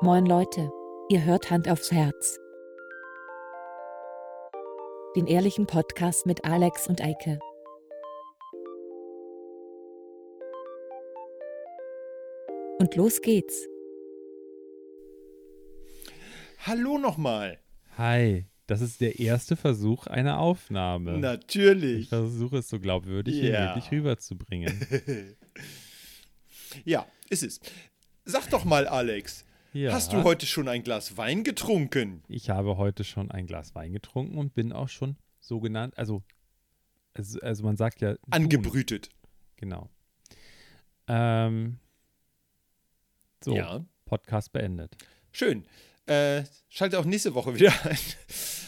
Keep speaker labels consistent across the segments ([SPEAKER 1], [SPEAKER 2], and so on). [SPEAKER 1] Moin Leute, ihr hört Hand aufs Herz. Den ehrlichen Podcast mit Alex und Eike. Und los geht's.
[SPEAKER 2] Hallo nochmal.
[SPEAKER 3] Hi, das ist der erste Versuch einer Aufnahme. Ich
[SPEAKER 2] Natürlich.
[SPEAKER 3] versuche es so glaubwürdig wie
[SPEAKER 2] Ja.
[SPEAKER 3] möglich rüberzubringen.
[SPEAKER 2] Ja, ist es. Sag doch mal, Alex,
[SPEAKER 3] Ja.
[SPEAKER 2] hast du heute schon ein Glas Wein getrunken?
[SPEAKER 3] Ich habe heute schon ein Glas Wein getrunken und bin auch schon sogenannt, also, also, also man sagt ja. duun.
[SPEAKER 2] Angebrütet.
[SPEAKER 3] Genau. Ähm, so,
[SPEAKER 2] Ja.
[SPEAKER 3] Podcast beendet.
[SPEAKER 2] Schön. Äh, schalte auch nächste Woche wieder ein.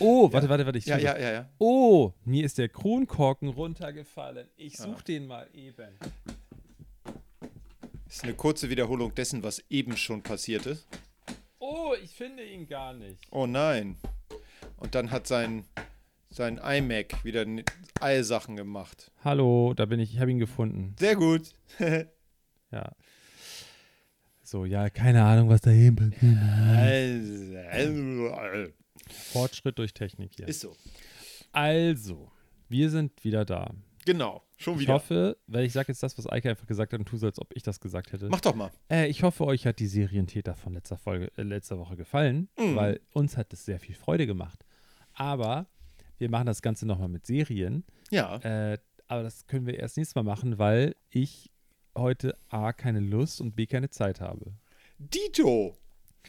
[SPEAKER 3] Oh, warte, warte, warte. Ich
[SPEAKER 2] Ja,
[SPEAKER 3] suche-
[SPEAKER 2] ja, ja, ja.
[SPEAKER 3] Oh, mir ist der Kronkorken runtergefallen. Ich suche den mal eben.
[SPEAKER 2] Ist eine kurze Wiederholung dessen, was eben schon passierte.
[SPEAKER 3] Oh, ich finde ihn gar nicht.
[SPEAKER 2] Oh nein. Und dann hat sein, sein iMac wieder n- Eilsachen gemacht.
[SPEAKER 3] Hallo, da bin ich. Ich habe ihn gefunden.
[SPEAKER 2] Sehr gut.
[SPEAKER 3] Ja. So, ja, keine Ahnung, was da hinten.
[SPEAKER 2] Also, Ist
[SPEAKER 3] Fortschritt durch Technik hier.
[SPEAKER 2] also. so.
[SPEAKER 3] Also, wir sind wieder da.
[SPEAKER 2] Genau. Schon
[SPEAKER 3] Ich
[SPEAKER 2] wieder.
[SPEAKER 3] hoffe, weil ich sage jetzt das, was Eike einfach gesagt hat und tu so, als ob ich das gesagt hätte.
[SPEAKER 2] Mach doch mal.
[SPEAKER 3] Äh, ich hoffe, euch hat die Serientäter von letzter Folge, äh, letzter Woche gefallen, weil uns hat es sehr viel Freude gemacht. Aber wir machen das Ganze nochmal mit Serien.
[SPEAKER 2] Ja.
[SPEAKER 3] Äh, aber das können wir erst nächstes Mal machen, weil ich heute A keine Lust und B keine Zeit habe.
[SPEAKER 2] Dito.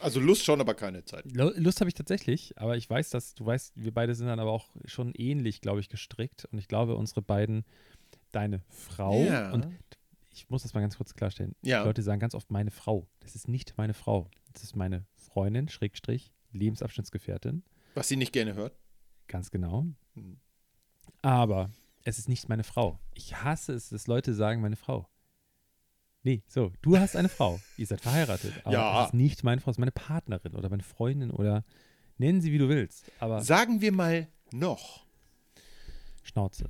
[SPEAKER 2] Also Lust schon, aber keine Zeit.
[SPEAKER 3] Lu- Lust habe ich tatsächlich, aber ich weiß, dass du weißt, wir beide sind dann aber auch schon ähnlich, glaube ich, gestrickt. Und ich glaube, unsere beiden, deine Frau
[SPEAKER 2] Ja.
[SPEAKER 3] und ich muss das mal ganz kurz klarstellen.
[SPEAKER 2] Ja.
[SPEAKER 3] Die Leute sagen ganz oft meine Frau. Das ist nicht meine Frau. Das ist meine Freundin, Schrägstrich, Lebensabschnittsgefährtin.
[SPEAKER 2] Was sie nicht gerne hört.
[SPEAKER 3] Ganz genau.
[SPEAKER 2] Mhm.
[SPEAKER 3] Aber es ist nicht meine Frau. Ich hasse es, dass Leute sagen, meine Frau. Nee, so, du hast eine Frau. Ihr seid verheiratet. Aber
[SPEAKER 2] Ja.
[SPEAKER 3] es ist nicht meine Frau, es ist meine Partnerin oder meine Freundin oder nennen sie, wie du willst. Aber
[SPEAKER 2] Sagen wir mal noch.
[SPEAKER 3] Schnauze.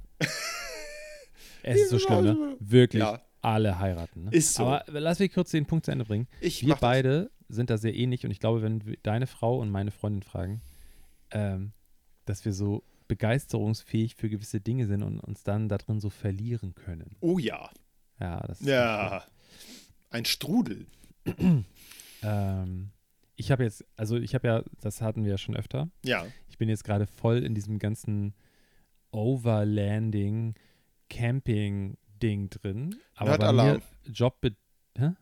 [SPEAKER 3] es ist so schlimm, ne? Wirklich.
[SPEAKER 2] Ja.
[SPEAKER 3] Alle heiraten. Ne?
[SPEAKER 2] Ist so.
[SPEAKER 3] Aber lass mich kurz den Punkt zu Ende bringen.
[SPEAKER 2] Ich
[SPEAKER 3] wir
[SPEAKER 2] mach das.
[SPEAKER 3] beide sind da sehr ähnlich und ich glaube, wenn wir deine Frau und meine Freundin fragen, ähm, dass wir so begeisterungsfähig für gewisse Dinge sind und uns dann da drin so verlieren können.
[SPEAKER 2] Oh ja.
[SPEAKER 3] Ja, das ist
[SPEAKER 2] Ja. Ein Strudel.
[SPEAKER 3] Ähm, ich habe jetzt, also ich habe ja, das hatten wir ja schon öfter,
[SPEAKER 2] Ja.
[SPEAKER 3] ich bin jetzt gerade voll in diesem ganzen Overlanding, Camping-Ding drin. Aber
[SPEAKER 2] Nerd
[SPEAKER 3] bei
[SPEAKER 2] Alarm.
[SPEAKER 3] mir Jobbe Hä?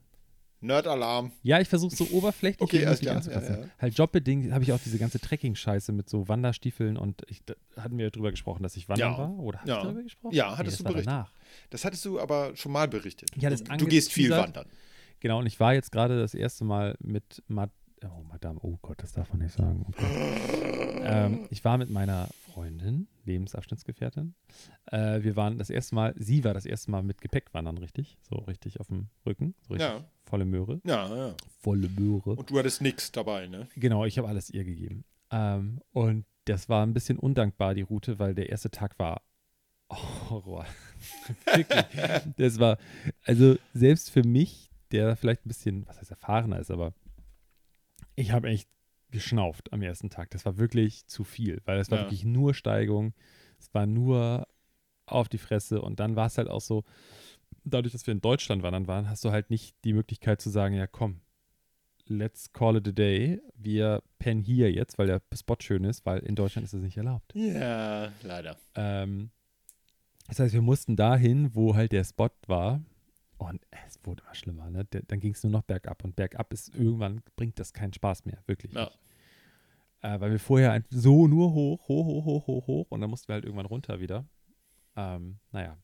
[SPEAKER 2] Nerd-Alarm.
[SPEAKER 3] ja, ich versuche so oberflächlich
[SPEAKER 2] Okay,
[SPEAKER 3] wie
[SPEAKER 2] alles
[SPEAKER 3] möglich
[SPEAKER 2] klar,
[SPEAKER 3] anzupassen.
[SPEAKER 2] ja, ja.
[SPEAKER 3] Halt jobbedingt habe ich auch diese ganze Trekking-Scheiße mit so Wanderstiefeln und ich, da hatten wir drüber gesprochen, dass ich wandern
[SPEAKER 2] Ja,
[SPEAKER 3] war. Oder hast
[SPEAKER 2] ja.
[SPEAKER 3] du darüber gesprochen?
[SPEAKER 2] Ja, hattest
[SPEAKER 3] das
[SPEAKER 2] du
[SPEAKER 3] war
[SPEAKER 2] berichtet.
[SPEAKER 3] Danach.
[SPEAKER 2] Das hattest du aber schon mal berichtet.
[SPEAKER 3] Ich hatte es
[SPEAKER 2] du, du gehst viel
[SPEAKER 3] angeteasert.
[SPEAKER 2] wandern.
[SPEAKER 3] Genau, und ich war jetzt gerade das erste Mal mit Mad oh, Madame, oh Gott, das darf man nicht sagen. Oh Gott. ähm, ich war mit meiner Freundin, Lebensabschnittsgefährtin. Äh, wir waren das erste Mal, sie war das erste Mal mit Gepäck wandern, richtig? So richtig auf dem Rücken, so richtig
[SPEAKER 2] Ja.
[SPEAKER 3] volle Möhre.
[SPEAKER 2] Ja, ja.
[SPEAKER 3] Volle Möhre.
[SPEAKER 2] Und du hattest nichts dabei, ne?
[SPEAKER 3] Genau, ich habe alles ihr gegeben. Ähm, und das war ein bisschen undankbar, die Route, weil der erste Tag war Horror. Wirklich. Das war, also selbst für mich, der vielleicht ein bisschen, was heißt erfahrener ist, aber ich habe echt geschnauft am ersten Tag. Das war wirklich zu viel, weil es war
[SPEAKER 2] Ja.
[SPEAKER 3] wirklich nur Steigung, es war nur auf die Fresse und dann war es halt auch so, dadurch, dass wir in Deutschland wandern waren, hast du halt nicht die Möglichkeit zu sagen, ja komm, let's call it a day. Wir pennen hier jetzt, weil der Spot schön ist, weil in Deutschland ist das nicht erlaubt.
[SPEAKER 2] Ja, leider.
[SPEAKER 3] Ähm, das heißt, wir mussten dahin, wo halt der Spot war. Und es wurde immer schlimmer. Ne? Der, dann ging es nur noch bergab. Und bergab ist irgendwann, bringt das keinen Spaß mehr, wirklich.
[SPEAKER 2] Ja.
[SPEAKER 3] Nicht. Äh, weil wir vorher ein- so nur hoch, hoch, hoch, hoch, hoch, hoch. Und dann mussten wir halt irgendwann runter wieder. Ähm, naja.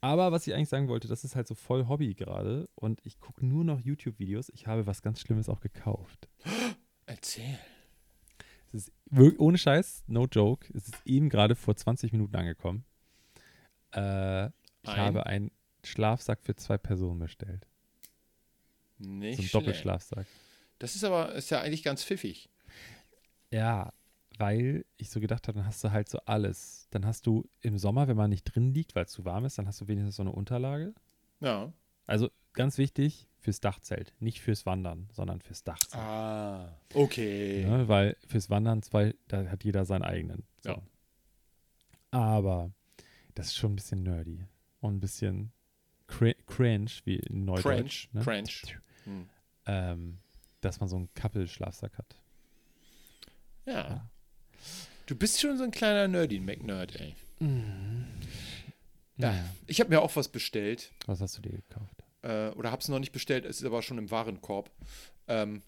[SPEAKER 3] Aber was ich eigentlich sagen wollte, das ist halt so voll Hobby gerade. Und ich gucke nur noch YouTube-Videos. Ich habe was ganz Schlimmes auch gekauft.
[SPEAKER 2] Erzähl.
[SPEAKER 3] Es ist wirklich, ohne Scheiß, no joke, es ist eben gerade vor 20 Minuten angekommen. Äh, ich
[SPEAKER 2] Ein?
[SPEAKER 3] habe einen Schlafsack für zwei Personen bestellt.
[SPEAKER 2] Nicht
[SPEAKER 3] so einen
[SPEAKER 2] schlecht.
[SPEAKER 3] Doppelschlafsack.
[SPEAKER 2] Das ist aber, ist ja eigentlich ganz pfiffig.
[SPEAKER 3] Ja, weil ich so gedacht habe, dann hast du halt so alles. Dann hast du im Sommer, wenn man nicht drin liegt, weil es zu warm ist, dann hast du wenigstens so eine Unterlage.
[SPEAKER 2] Ja.
[SPEAKER 3] Also ganz wichtig, fürs Dachzelt. Nicht fürs Wandern, sondern fürs Dachzelt.
[SPEAKER 2] Ah, okay.
[SPEAKER 3] Ne? Weil fürs Wandern zwei, da hat jeder seinen eigenen. So.
[SPEAKER 2] Ja.
[SPEAKER 3] Aber das ist schon ein bisschen nerdy und ein bisschen cr cringe, wie in Neudeutsch.
[SPEAKER 2] Crunch,
[SPEAKER 3] Ne?
[SPEAKER 2] Crunch. Hm.
[SPEAKER 3] Ähm, dass man so einen Kappelschlafsack hat.
[SPEAKER 2] Ja. Du bist schon so ein kleiner Nerdy, McNerd, ey. Ja.
[SPEAKER 3] Naja,
[SPEAKER 2] Ich habe mir auch was bestellt.
[SPEAKER 3] Was hast du dir gekauft?
[SPEAKER 2] äh, oder habe es noch nicht bestellt, es ist aber schon im Warenkorb. Ähm,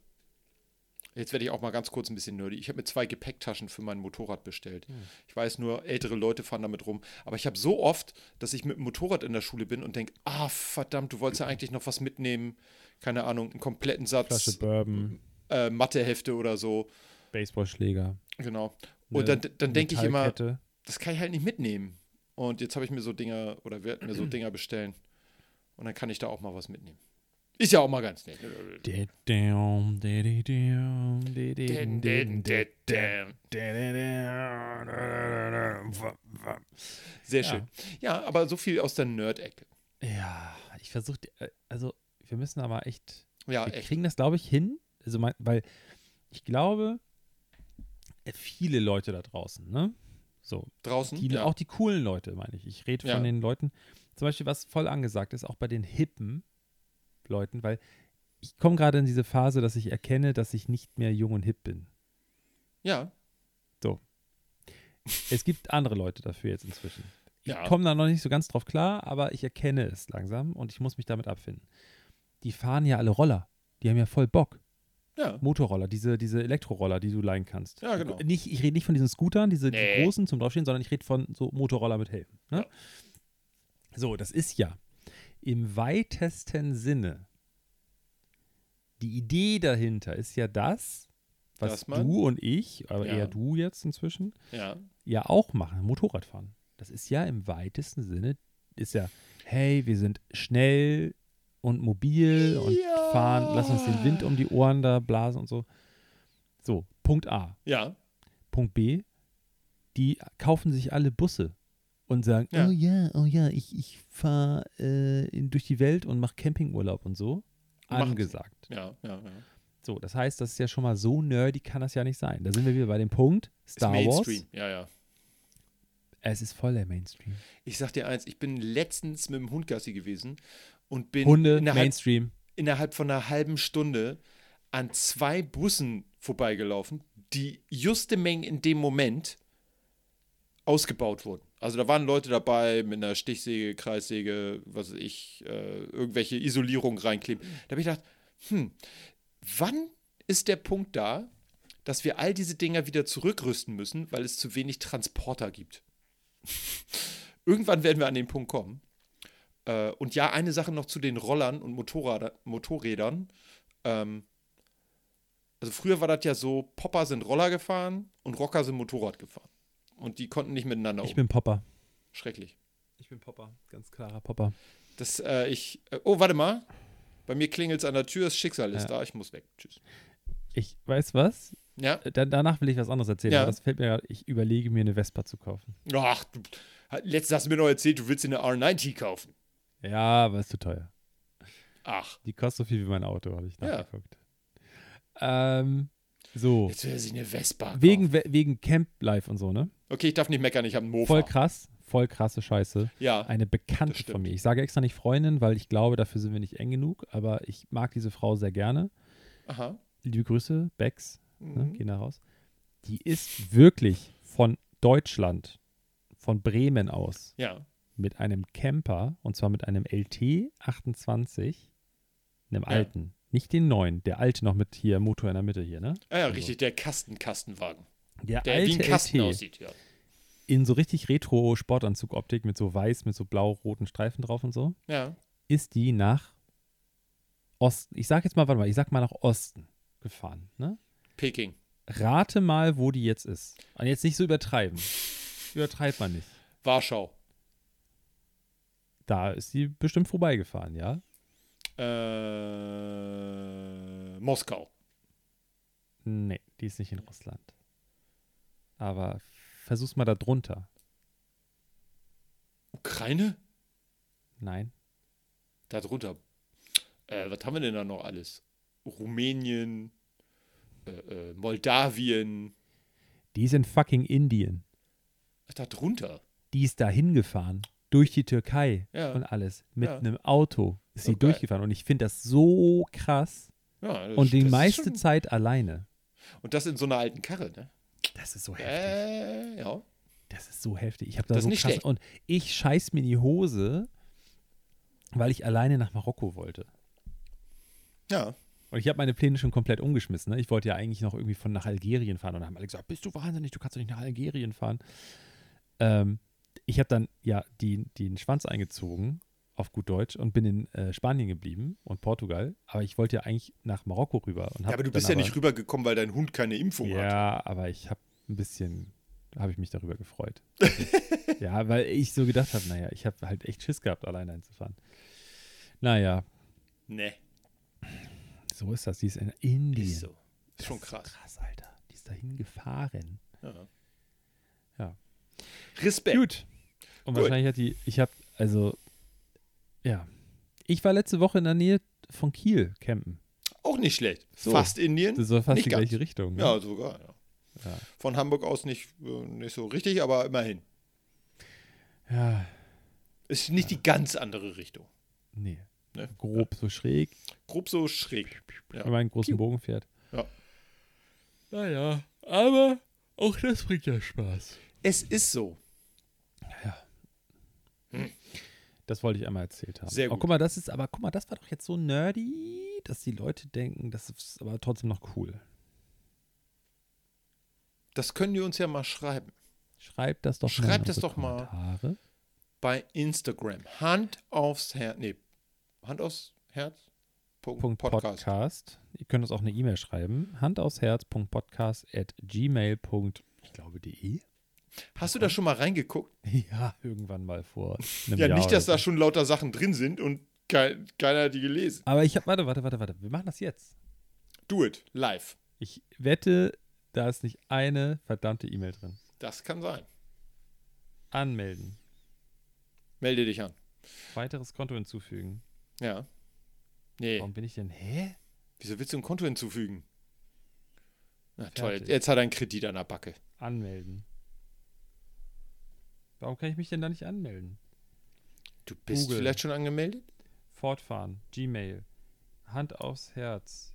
[SPEAKER 2] jetzt werde ich auch mal ganz kurz ein bisschen nerdy. Ich habe mir zwei Gepäcktaschen für mein Motorrad bestellt. Ich weiß nur, ältere Leute fahren damit rum. Aber ich habe so oft, dass ich mit dem Motorrad in der Schule bin und denke, ah, verdammt, du wolltest ja eigentlich noch was mitnehmen. Keine Ahnung, einen kompletten
[SPEAKER 3] Flasche
[SPEAKER 2] Satz
[SPEAKER 3] Bourbon,
[SPEAKER 2] äh, Mathehefte oder so.
[SPEAKER 3] Baseballschläger.
[SPEAKER 2] Genau. Und dann, dann denke ich immer,
[SPEAKER 3] Metallkette.
[SPEAKER 2] das kann ich halt nicht mitnehmen. Und jetzt habe ich mir so Dinger, oder werde mir so Dinger bestellen. Und dann kann ich da auch mal was mitnehmen. Ist ja auch mal ganz nett.
[SPEAKER 3] Dä-däum, dä-dä-däum,
[SPEAKER 2] Dän,
[SPEAKER 3] dä-dä-däm,
[SPEAKER 2] dän, dän,
[SPEAKER 3] dä-dä-däm,
[SPEAKER 2] dän.
[SPEAKER 3] dä-dä-däum, dä-dä-däum, wap, wap.
[SPEAKER 2] Sehr
[SPEAKER 3] Ja.
[SPEAKER 2] schön. Ja, aber so viel aus der Nerd-Ecke.
[SPEAKER 3] Ja, ich versuche, also wir müssen aber echt,
[SPEAKER 2] Ja,
[SPEAKER 3] wir
[SPEAKER 2] echt.
[SPEAKER 3] kriegen das, glaube ich, hin. Also, mein, weil ich glaube, äh, viele Leute da draußen, ne? So,
[SPEAKER 2] Draußen?
[SPEAKER 3] die,
[SPEAKER 2] Hm, ja.
[SPEAKER 3] auch die coolen Leute, meine ich. Ich rede von
[SPEAKER 2] Ja.
[SPEAKER 3] den Leuten, zum Beispiel, was voll angesagt ist, auch bei den hippen Leuten, weil ich komme gerade in diese Phase, dass ich erkenne, dass ich nicht mehr jung und hip bin.
[SPEAKER 2] ja,
[SPEAKER 3] Es gibt andere Leute dafür jetzt inzwischen. Ich
[SPEAKER 2] Ja.
[SPEAKER 3] komme da noch nicht so ganz drauf klar, aber ich erkenne es langsam und ich muss mich damit abfinden. Die fahren ja alle Roller. Die haben ja voll Bock.
[SPEAKER 2] ja.
[SPEAKER 3] Motorroller, diese, diese Elektroroller, die du leihen kannst.
[SPEAKER 2] Ja, genau.
[SPEAKER 3] Nicht, ich rede nicht von diesen Scootern, diese die
[SPEAKER 2] Nee.
[SPEAKER 3] großen zum Draufstehen, sondern ich rede von so Motorroller mit Helm. Ne?
[SPEAKER 2] Ja.
[SPEAKER 3] So, das ist ja im weitesten Sinne die Idee dahinter ist ja das, was
[SPEAKER 2] Dass man-
[SPEAKER 3] du und ich, aber
[SPEAKER 2] Ja.
[SPEAKER 3] eher du jetzt inzwischen,
[SPEAKER 2] Ja,
[SPEAKER 3] ja auch machen, Motorradfahren. Das ist ja im weitesten Sinne, ist ja, hey, wir sind schnell und mobil und
[SPEAKER 2] Ja.
[SPEAKER 3] fahren, lass uns den Wind um die Ohren da blasen und so. So, Punkt A.
[SPEAKER 2] ja.
[SPEAKER 3] Punkt B, die kaufen sich alle Busse und sagen,
[SPEAKER 2] Ja.
[SPEAKER 3] oh ja, oh ja, ich, ich fahre äh, in- durch die Welt und mache Campingurlaub und so.
[SPEAKER 2] Machen sie.
[SPEAKER 3] Angesagt.
[SPEAKER 2] Ja, ja, ja.
[SPEAKER 3] So, das heißt, das ist ja schon mal so nerdy, kann das ja nicht sein. Da sind wir wieder bei dem Punkt, Star
[SPEAKER 2] ist
[SPEAKER 3] Wars,
[SPEAKER 2] Mainstream. Ja, ja.
[SPEAKER 3] es ist voll der Mainstream.
[SPEAKER 2] Ich sag dir eins, ich bin letztens mit dem Hund Gassi gewesen und bin
[SPEAKER 3] Hunde,
[SPEAKER 2] innerhalb,
[SPEAKER 3] Mainstream.
[SPEAKER 2] innerhalb von einer halben Stunde an zwei Bussen vorbeigelaufen, die juste Menge in dem Moment ausgebaut wurden. Also da waren Leute dabei mit einer Stichsäge, Kreissäge, was weiß ich, äh, irgendwelche Isolierungen reinkleben. Da habe ich gedacht, hm, wann ist der Punkt da, dass wir all diese Dinger wieder zurückrüsten müssen, weil es zu wenig Transporter gibt? Irgendwann werden wir an den Punkt kommen. Äh, und ja, eine Sache noch zu den Rollern und Motorrad Motorrädern. Ähm, also früher war das ja so, Popper sind Roller gefahren und Rocker sind Motorrad gefahren. Und die konnten nicht miteinander
[SPEAKER 3] Ich
[SPEAKER 2] um.
[SPEAKER 3] bin Popper.
[SPEAKER 2] Schrecklich.
[SPEAKER 3] Ich bin Popper, ganz klarer Popper.
[SPEAKER 2] Das, äh, ich, äh, oh, warte mal. Bei mir klingelt es an der Tür, das Schicksal ist
[SPEAKER 3] Ja.
[SPEAKER 2] da, ich muss weg. Tschüss.
[SPEAKER 3] Ich weiß was,
[SPEAKER 2] Ja,
[SPEAKER 3] da, danach will ich was anderes erzählen,
[SPEAKER 2] Ja.
[SPEAKER 3] aber das fällt mir gerade, ich überlege mir eine Vespa zu kaufen.
[SPEAKER 2] ach, du, letztens hast du mir noch erzählt, du willst dir eine R90 kaufen.
[SPEAKER 3] Ja, aber ist zu teuer.
[SPEAKER 2] Ach,
[SPEAKER 3] Die kostet so viel wie mein Auto, habe ich
[SPEAKER 2] Ja.
[SPEAKER 3] nachgeguckt. Ähm, so.
[SPEAKER 2] jetzt will er sich eine Vespa kaufen.
[SPEAKER 3] Wegen, we- wegen Camp Life und so, ne?
[SPEAKER 2] okay, ich darf nicht meckern, ich habe einen Mofa.
[SPEAKER 3] Voll krass, voll krasse Scheiße.
[SPEAKER 2] Ja,
[SPEAKER 3] Eine
[SPEAKER 2] Das
[SPEAKER 3] Bekannte
[SPEAKER 2] stimmt.
[SPEAKER 3] von mir. Ich sage extra nicht Freundin, weil ich glaube, dafür sind wir nicht eng genug, aber ich mag diese Frau sehr gerne.
[SPEAKER 2] aha.
[SPEAKER 3] Liebe Grüße, Bex, ne?
[SPEAKER 2] Mhm.
[SPEAKER 3] gehen da raus. Die ist wirklich von Deutschland, von Bremen aus,
[SPEAKER 2] Ja,
[SPEAKER 3] mit einem Camper, und zwar mit einem LT 28, einem alten. Nicht den neuen, der alte noch mit hier, Motor in der Mitte hier, ne?
[SPEAKER 2] ah, ja
[SPEAKER 3] Also.
[SPEAKER 2] richtig, der Kasten-Kastenwagen.
[SPEAKER 3] Der,
[SPEAKER 2] Der wie
[SPEAKER 3] alte
[SPEAKER 2] ein Kasten
[SPEAKER 3] LT
[SPEAKER 2] aussieht, ja.
[SPEAKER 3] in so richtig Retro-Sportanzug-Optik mit so weiß, mit so blau-roten Streifen drauf und so,
[SPEAKER 2] Ja.
[SPEAKER 3] ist die nach Osten, ich sag jetzt mal, warte mal, ich sag mal nach Osten gefahren, ne?
[SPEAKER 2] Peking.
[SPEAKER 3] Rate mal, wo die jetzt ist. Und jetzt nicht so übertreiben. Übertreibt man nicht.
[SPEAKER 2] Warschau.
[SPEAKER 3] Da ist die bestimmt vorbeigefahren, ja?
[SPEAKER 2] Äh, Moskau.
[SPEAKER 3] Nee, die ist nicht in Russland. Aber versuch's mal da drunter.
[SPEAKER 2] Ukraine?
[SPEAKER 3] Nein.
[SPEAKER 2] Darunter. Äh, was haben wir denn da noch alles? Rumänien, äh, äh, Moldawien,
[SPEAKER 3] Die ist in fucking Indien.
[SPEAKER 2] was da drunter?
[SPEAKER 3] Die ist da hingefahren. Durch die Türkei
[SPEAKER 2] Ja.
[SPEAKER 3] und alles. Mit
[SPEAKER 2] Ja.
[SPEAKER 3] einem Auto ist sie
[SPEAKER 2] Okay.
[SPEAKER 3] durchgefahren. Und ich finde das so krass.
[SPEAKER 2] Ja, das-
[SPEAKER 3] Und die
[SPEAKER 2] das ist
[SPEAKER 3] meiste
[SPEAKER 2] schon-
[SPEAKER 3] Zeit alleine.
[SPEAKER 2] Und das in so einer alten Karre, ne?
[SPEAKER 3] Das ist so heftig.
[SPEAKER 2] Äh, ja.
[SPEAKER 3] Das ist so heftig. Ich habe da
[SPEAKER 2] Das ist
[SPEAKER 3] so
[SPEAKER 2] nicht
[SPEAKER 3] krass.
[SPEAKER 2] schlecht.
[SPEAKER 3] Und ich scheiß mir in die Hose, weil ich alleine nach Marokko wollte.
[SPEAKER 2] Ja.
[SPEAKER 3] Und ich habe meine Pläne schon komplett umgeschmissen. Ne? Ich wollte ja eigentlich noch irgendwie von nach Algerien fahren. Und dann haben alle gesagt, "Oh, bist du wahnsinnig, du kannst doch nicht nach Algerien fahren. Ähm, ich habe dann ja die, den Schwanz eingezogen, auf gut Deutsch, und bin in äh, Spanien geblieben und Portugal. Aber ich wollte ja eigentlich nach Marokko rüber. Und hab
[SPEAKER 2] ja aber du
[SPEAKER 3] dann
[SPEAKER 2] bist ja
[SPEAKER 3] aber,
[SPEAKER 2] nicht rübergekommen, weil dein Hund keine Impfung hat.
[SPEAKER 3] Ja, aber ich habe ein bisschen, habe ich mich darüber gefreut. ja, weil ich so gedacht habe, naja, ich habe halt echt Schiss gehabt, alleine einzufahren. Naja,
[SPEAKER 2] Ne,
[SPEAKER 3] so ist das. Die ist in Indien.
[SPEAKER 2] ist so. Ist schon
[SPEAKER 3] Das ist
[SPEAKER 2] krass.
[SPEAKER 3] Krass, Alter. Die ist dahin gefahren.
[SPEAKER 2] Ja.
[SPEAKER 3] Ja.
[SPEAKER 2] Respekt.
[SPEAKER 3] Gut. Und
[SPEAKER 2] Gut.
[SPEAKER 3] wahrscheinlich hat die, ich habe, also, ja. Ich war letzte Woche in der Nähe von Kiel campen.
[SPEAKER 2] Auch nicht schlecht.
[SPEAKER 3] So.
[SPEAKER 2] Fast Indien.
[SPEAKER 3] Das war fast
[SPEAKER 2] Nicht
[SPEAKER 3] die
[SPEAKER 2] ganz.
[SPEAKER 3] gleiche Richtung. Ne?
[SPEAKER 2] Ja, sogar. Ja.
[SPEAKER 3] Ja.
[SPEAKER 2] Von Hamburg aus nicht, äh, nicht so richtig, aber immerhin.
[SPEAKER 3] ja,
[SPEAKER 2] Ist nicht die ganz andere Richtung.
[SPEAKER 3] nee.
[SPEAKER 2] Ne?
[SPEAKER 3] Grob so schräg,
[SPEAKER 2] Grob so schräg. Ja.
[SPEAKER 3] wenn man einen großen Bogen fährt.
[SPEAKER 2] Ja.
[SPEAKER 3] Naja, aber auch das bringt ja Spaß.
[SPEAKER 2] Es ist so.
[SPEAKER 3] Das wollte ich einmal erzählt haben.
[SPEAKER 2] Hm. Sehr
[SPEAKER 3] Oh,
[SPEAKER 2] gut.
[SPEAKER 3] guck mal, das ist aber, guck mal, das war doch jetzt so nerdy, dass die Leute denken, das ist aber trotzdem noch cool.
[SPEAKER 2] Das können die uns ja mal schreiben.
[SPEAKER 3] Schreibt das doch mal.
[SPEAKER 2] Schreibt
[SPEAKER 3] in
[SPEAKER 2] das
[SPEAKER 3] unsere
[SPEAKER 2] doch mal.
[SPEAKER 3] Kommentare.
[SPEAKER 2] Bei Instagram. Hand aufs Herz. Nee. Hand aufs Herz. Punkt
[SPEAKER 3] Punkt
[SPEAKER 2] Podcast.
[SPEAKER 3] Podcast. Ihr könnt uns auch eine E-Mail schreiben. Handausherz.podcast at gmail. Ich glaube, de.
[SPEAKER 2] Hast du da schon mal reingeguckt?
[SPEAKER 3] Ja, irgendwann mal vor. Einem
[SPEAKER 2] Ja,
[SPEAKER 3] Jahr
[SPEAKER 2] nicht,
[SPEAKER 3] oder
[SPEAKER 2] dass da
[SPEAKER 3] so.
[SPEAKER 2] schon lauter Sachen drin sind und kei- keiner hat die gelesen.
[SPEAKER 3] Aber ich habe, warte, warte, warte, warte. Wir machen das jetzt.
[SPEAKER 2] Do it. Live.
[SPEAKER 3] Ich wette, da ist nicht eine verdammte E-Mail drin.
[SPEAKER 2] Das kann sein.
[SPEAKER 3] Anmelden.
[SPEAKER 2] Melde dich an.
[SPEAKER 3] Weiteres Konto hinzufügen.
[SPEAKER 2] Ja. Nee.
[SPEAKER 3] Warum bin ich denn? Hä?
[SPEAKER 2] Wieso willst du ein Konto hinzufügen? Na toll,
[SPEAKER 3] Fertig.
[SPEAKER 2] jetzt hat er einen Kredit an der Backe.
[SPEAKER 3] Anmelden. Warum kann ich mich denn da nicht anmelden?
[SPEAKER 2] Du bist
[SPEAKER 3] Google.
[SPEAKER 2] vielleicht schon angemeldet?
[SPEAKER 3] Fortfahren. Gmail. Hand aufs Herz.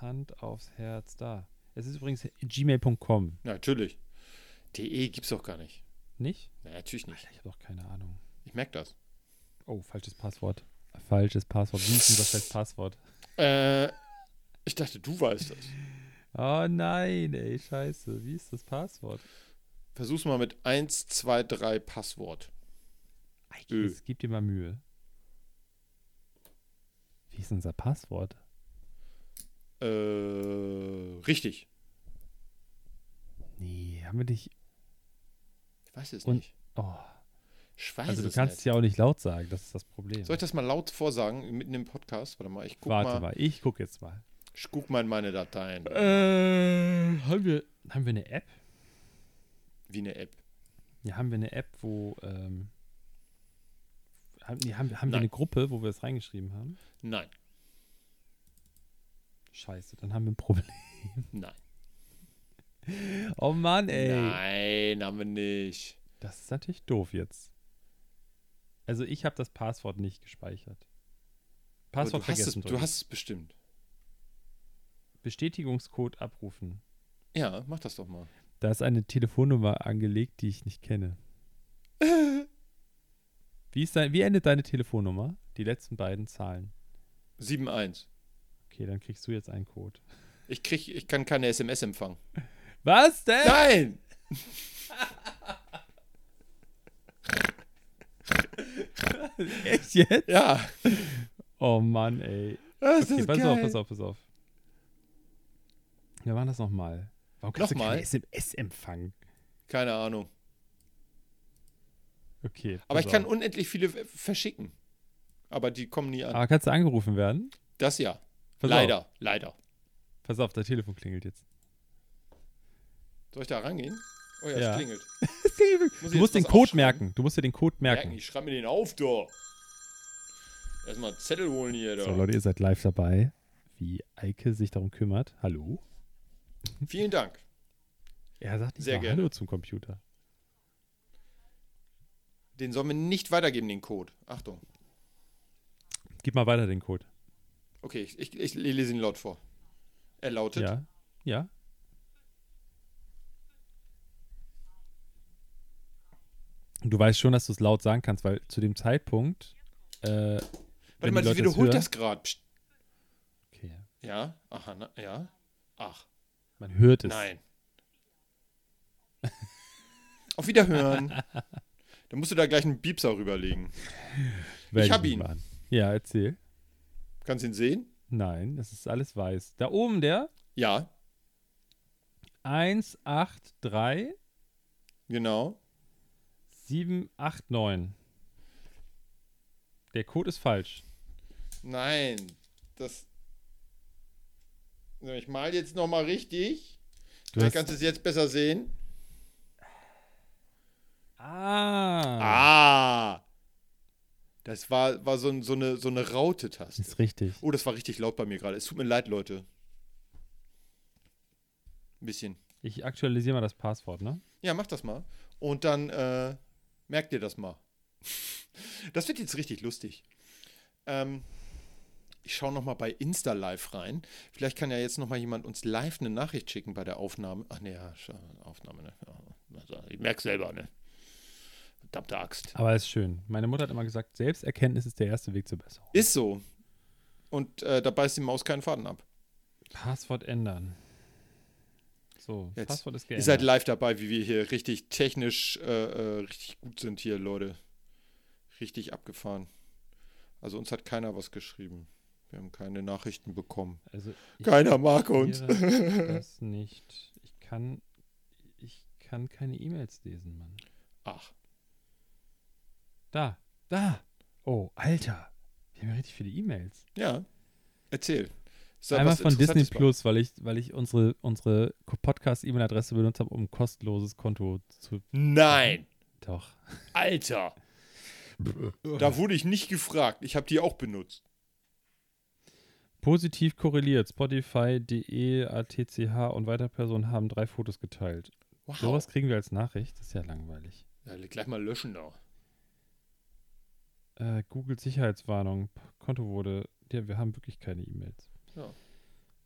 [SPEAKER 3] Hand aufs Herz. Da. Es ist übrigens gmail.com,
[SPEAKER 2] Na, natürlich. DE gibt's doch gar nicht.
[SPEAKER 3] nicht?
[SPEAKER 2] Na, natürlich nicht.
[SPEAKER 3] Alter, ich habe doch keine Ahnung.
[SPEAKER 2] Ich merke das.
[SPEAKER 3] Oh, falsches Passwort. Falsches Passwort. Wie ist denn das als Passwort?
[SPEAKER 2] Äh, ich dachte, du weißt das.
[SPEAKER 3] Oh nein, ey, scheiße. Wie ist das Passwort?
[SPEAKER 2] Versuch's mal mit 1, 2, 3 Passwort. Ö.
[SPEAKER 3] Es gibt dir mal Mühe. Wie ist unser Passwort?
[SPEAKER 2] Äh, richtig.
[SPEAKER 3] Nee, haben wir dich.
[SPEAKER 2] Ich weiß es
[SPEAKER 3] Und-
[SPEAKER 2] nicht.
[SPEAKER 3] Oh.
[SPEAKER 2] Ich weiß
[SPEAKER 3] Also du
[SPEAKER 2] es
[SPEAKER 3] kannst es
[SPEAKER 2] nicht.
[SPEAKER 3] ja auch nicht laut sagen, das ist das Problem.
[SPEAKER 2] Soll ich das mal laut vorsagen, mitten im Podcast? Warte mal, ich guck
[SPEAKER 3] Warte
[SPEAKER 2] mal.
[SPEAKER 3] mal, ich gucke jetzt mal.
[SPEAKER 2] Ich guck mal in meine Dateien.
[SPEAKER 3] Äh, haben wir, haben wir eine App?
[SPEAKER 2] Wie eine App.
[SPEAKER 3] Ja, haben wir eine App, wo, ähm, haben, nee, haben, wir- haben wir
[SPEAKER 2] Nein.
[SPEAKER 3] eine Gruppe, wo wir es reingeschrieben haben?
[SPEAKER 2] Nein,
[SPEAKER 3] Scheiße, dann haben wir ein Problem.
[SPEAKER 2] nein.
[SPEAKER 3] Oh Mann, ey.
[SPEAKER 2] Nein, haben wir nicht.
[SPEAKER 3] Das ist natürlich doof jetzt. Also ich habe das Passwort nicht gespeichert.
[SPEAKER 2] Aber
[SPEAKER 3] Passwort
[SPEAKER 2] du, hast es,
[SPEAKER 3] vergessen.
[SPEAKER 2] du
[SPEAKER 3] drücken.
[SPEAKER 2] hast es bestimmt.
[SPEAKER 3] Bestätigungscode abrufen.
[SPEAKER 2] Ja, mach das doch mal.
[SPEAKER 3] Da ist eine Telefonnummer angelegt, die ich nicht kenne. Wie, ist dein, wie endet deine Telefonnummer? Die letzten beiden Zahlen.
[SPEAKER 2] 7-1.
[SPEAKER 3] Okay, dann kriegst du jetzt einen Code.
[SPEAKER 2] Ich, krieg, ich kann keine SMS empfangen.
[SPEAKER 3] Was denn?
[SPEAKER 2] Nein!
[SPEAKER 3] Echt jetzt?
[SPEAKER 2] Ja.
[SPEAKER 3] Oh Mann, ey.
[SPEAKER 2] Das
[SPEAKER 3] Okay,
[SPEAKER 2] ist
[SPEAKER 3] pass
[SPEAKER 2] geil.
[SPEAKER 3] auf, pass auf, pass auf. Wir machen das nochmal. Warum kannst
[SPEAKER 2] Nochmal?
[SPEAKER 3] du keine SMS empfangen?
[SPEAKER 2] Keine Ahnung.
[SPEAKER 3] Okay.
[SPEAKER 2] Aber
[SPEAKER 3] pass
[SPEAKER 2] ich kann
[SPEAKER 3] auf.
[SPEAKER 2] unendlich viele f- verschicken. Aber die kommen nie an.
[SPEAKER 3] Aber kannst du angerufen werden?
[SPEAKER 2] Das ja.
[SPEAKER 3] Pass Auf.
[SPEAKER 2] leider, leider.
[SPEAKER 3] Pass auf, dein Telefon klingelt jetzt.
[SPEAKER 2] Soll ich da rangehen? Oh ja,
[SPEAKER 3] Ja.
[SPEAKER 2] es klingelt.
[SPEAKER 3] du
[SPEAKER 2] jetzt
[SPEAKER 3] musst den
[SPEAKER 2] was
[SPEAKER 3] Code
[SPEAKER 2] aufschreiben?
[SPEAKER 3] merken. Du musst dir den Code merken.
[SPEAKER 2] Merken, ich schreibe mir den auf, doch. Erstmal einen Zettel holen hier.
[SPEAKER 3] So,
[SPEAKER 2] Da.
[SPEAKER 3] Leute, ihr seid live dabei, wie Eike sich darum kümmert. Hallo?
[SPEAKER 2] Vielen Dank.
[SPEAKER 3] Er sagt nicht
[SPEAKER 2] Sehr
[SPEAKER 3] mal
[SPEAKER 2] gerne.
[SPEAKER 3] Hallo zum Computer.
[SPEAKER 2] Den sollen wir nicht weitergeben, den Code. Achtung.
[SPEAKER 3] Gib mal weiter den Code.
[SPEAKER 2] Okay, ich, ich, ich lese ihn laut vor. Er lautet
[SPEAKER 3] Ja? Ja? Und Du weißt schon, dass du es laut sagen kannst, weil zu dem Zeitpunkt. Äh,
[SPEAKER 2] Warte
[SPEAKER 3] wenn
[SPEAKER 2] mal,
[SPEAKER 3] die
[SPEAKER 2] sie
[SPEAKER 3] Leute
[SPEAKER 2] wiederholt
[SPEAKER 3] hören,
[SPEAKER 2] das gerade.
[SPEAKER 3] Okay, ja.
[SPEAKER 2] Ja, aha, na, ja. Ach,
[SPEAKER 3] man hört es.
[SPEAKER 2] nein. Auf Wiederhören. Dann musst du da gleich einen Biepser rüberlegen.
[SPEAKER 3] Werde
[SPEAKER 2] Ich hab
[SPEAKER 3] nicht
[SPEAKER 2] ihn.
[SPEAKER 3] machen. Ja, erzähl.
[SPEAKER 2] Kannst du ihn sehen?
[SPEAKER 3] Nein, das ist alles weiß. Da oben der
[SPEAKER 2] Ja,
[SPEAKER 3] 183789.
[SPEAKER 2] genau.
[SPEAKER 3] Der Code ist falsch.
[SPEAKER 2] Nein, das. So, Ich mal jetzt nochmal richtig.
[SPEAKER 3] Du
[SPEAKER 2] Dann
[SPEAKER 3] hast-
[SPEAKER 2] kannst du es jetzt besser sehen.
[SPEAKER 3] Ah,
[SPEAKER 2] Ah! Das war, war so, ein- so eine, so eine Raute-Taste.
[SPEAKER 3] Ist richtig.
[SPEAKER 2] Oh, das war richtig laut bei mir gerade. Es tut mir leid, Leute. Ein bisschen.
[SPEAKER 3] Ich aktualisiere mal das Passwort, ne?
[SPEAKER 2] Ja, mach das mal. Und dann äh, merkt ihr das mal. Das wird jetzt richtig lustig. Ähm, ich schaue noch mal bei Insta Live rein. Vielleicht kann ja jetzt noch mal jemand uns live eine Nachricht schicken bei der Aufnahme. Ach nee, ja, scha- Aufnahme, ne? Ja, also, Ich merke selber, ne? Verdammte Axt.
[SPEAKER 3] Aber ist schön. Meine Mutter hat immer gesagt, Selbsterkenntnis ist der erste Weg zur Besserung.
[SPEAKER 2] Ist so. Und äh, da beißt die Maus keinen Faden ab.
[SPEAKER 3] Passwort ändern. So,
[SPEAKER 2] Jetzt.
[SPEAKER 3] Passwort ist
[SPEAKER 2] Ihr
[SPEAKER 3] geändert.
[SPEAKER 2] seid live dabei, wie wir hier richtig technisch äh, äh, richtig gut sind hier, Leute. Richtig abgefahren. Also uns hat keiner was geschrieben. Wir haben keine Nachrichten bekommen.
[SPEAKER 3] also, ich
[SPEAKER 2] Keiner mag uns.
[SPEAKER 3] akzeptiere das nicht. Ich kann, ich kann keine E-Mails lesen, Mann.
[SPEAKER 2] Ach,
[SPEAKER 3] Da, da. Oh, Alter. Wir haben ja richtig viele E-Mails.
[SPEAKER 2] ja. Erzähl. Ist da
[SPEAKER 3] Einmal
[SPEAKER 2] was
[SPEAKER 3] von Disney
[SPEAKER 2] Interessantes bei?
[SPEAKER 3] Plus, weil ich, weil ich unsere, unsere Podcast-E-Mail-Adresse benutzt habe, um ein kostenloses Konto zu.
[SPEAKER 2] Nein,
[SPEAKER 3] Doch.
[SPEAKER 2] Alter.
[SPEAKER 3] Oh.
[SPEAKER 2] Da wurde ich nicht gefragt. Ich habe die auch benutzt.
[SPEAKER 3] Positiv korreliert. Spotify, E, DE, ATCH und weitere Personen haben drei Fotos geteilt.
[SPEAKER 2] Wow.
[SPEAKER 3] Sowas kriegen wir als Nachricht. Das ist ja langweilig.
[SPEAKER 2] Ja, gleich mal löschen da.
[SPEAKER 3] Äh, Google Sicherheitswarnung. P- Konto wurde. Ja, wir haben wirklich keine E-Mails.
[SPEAKER 2] Ja.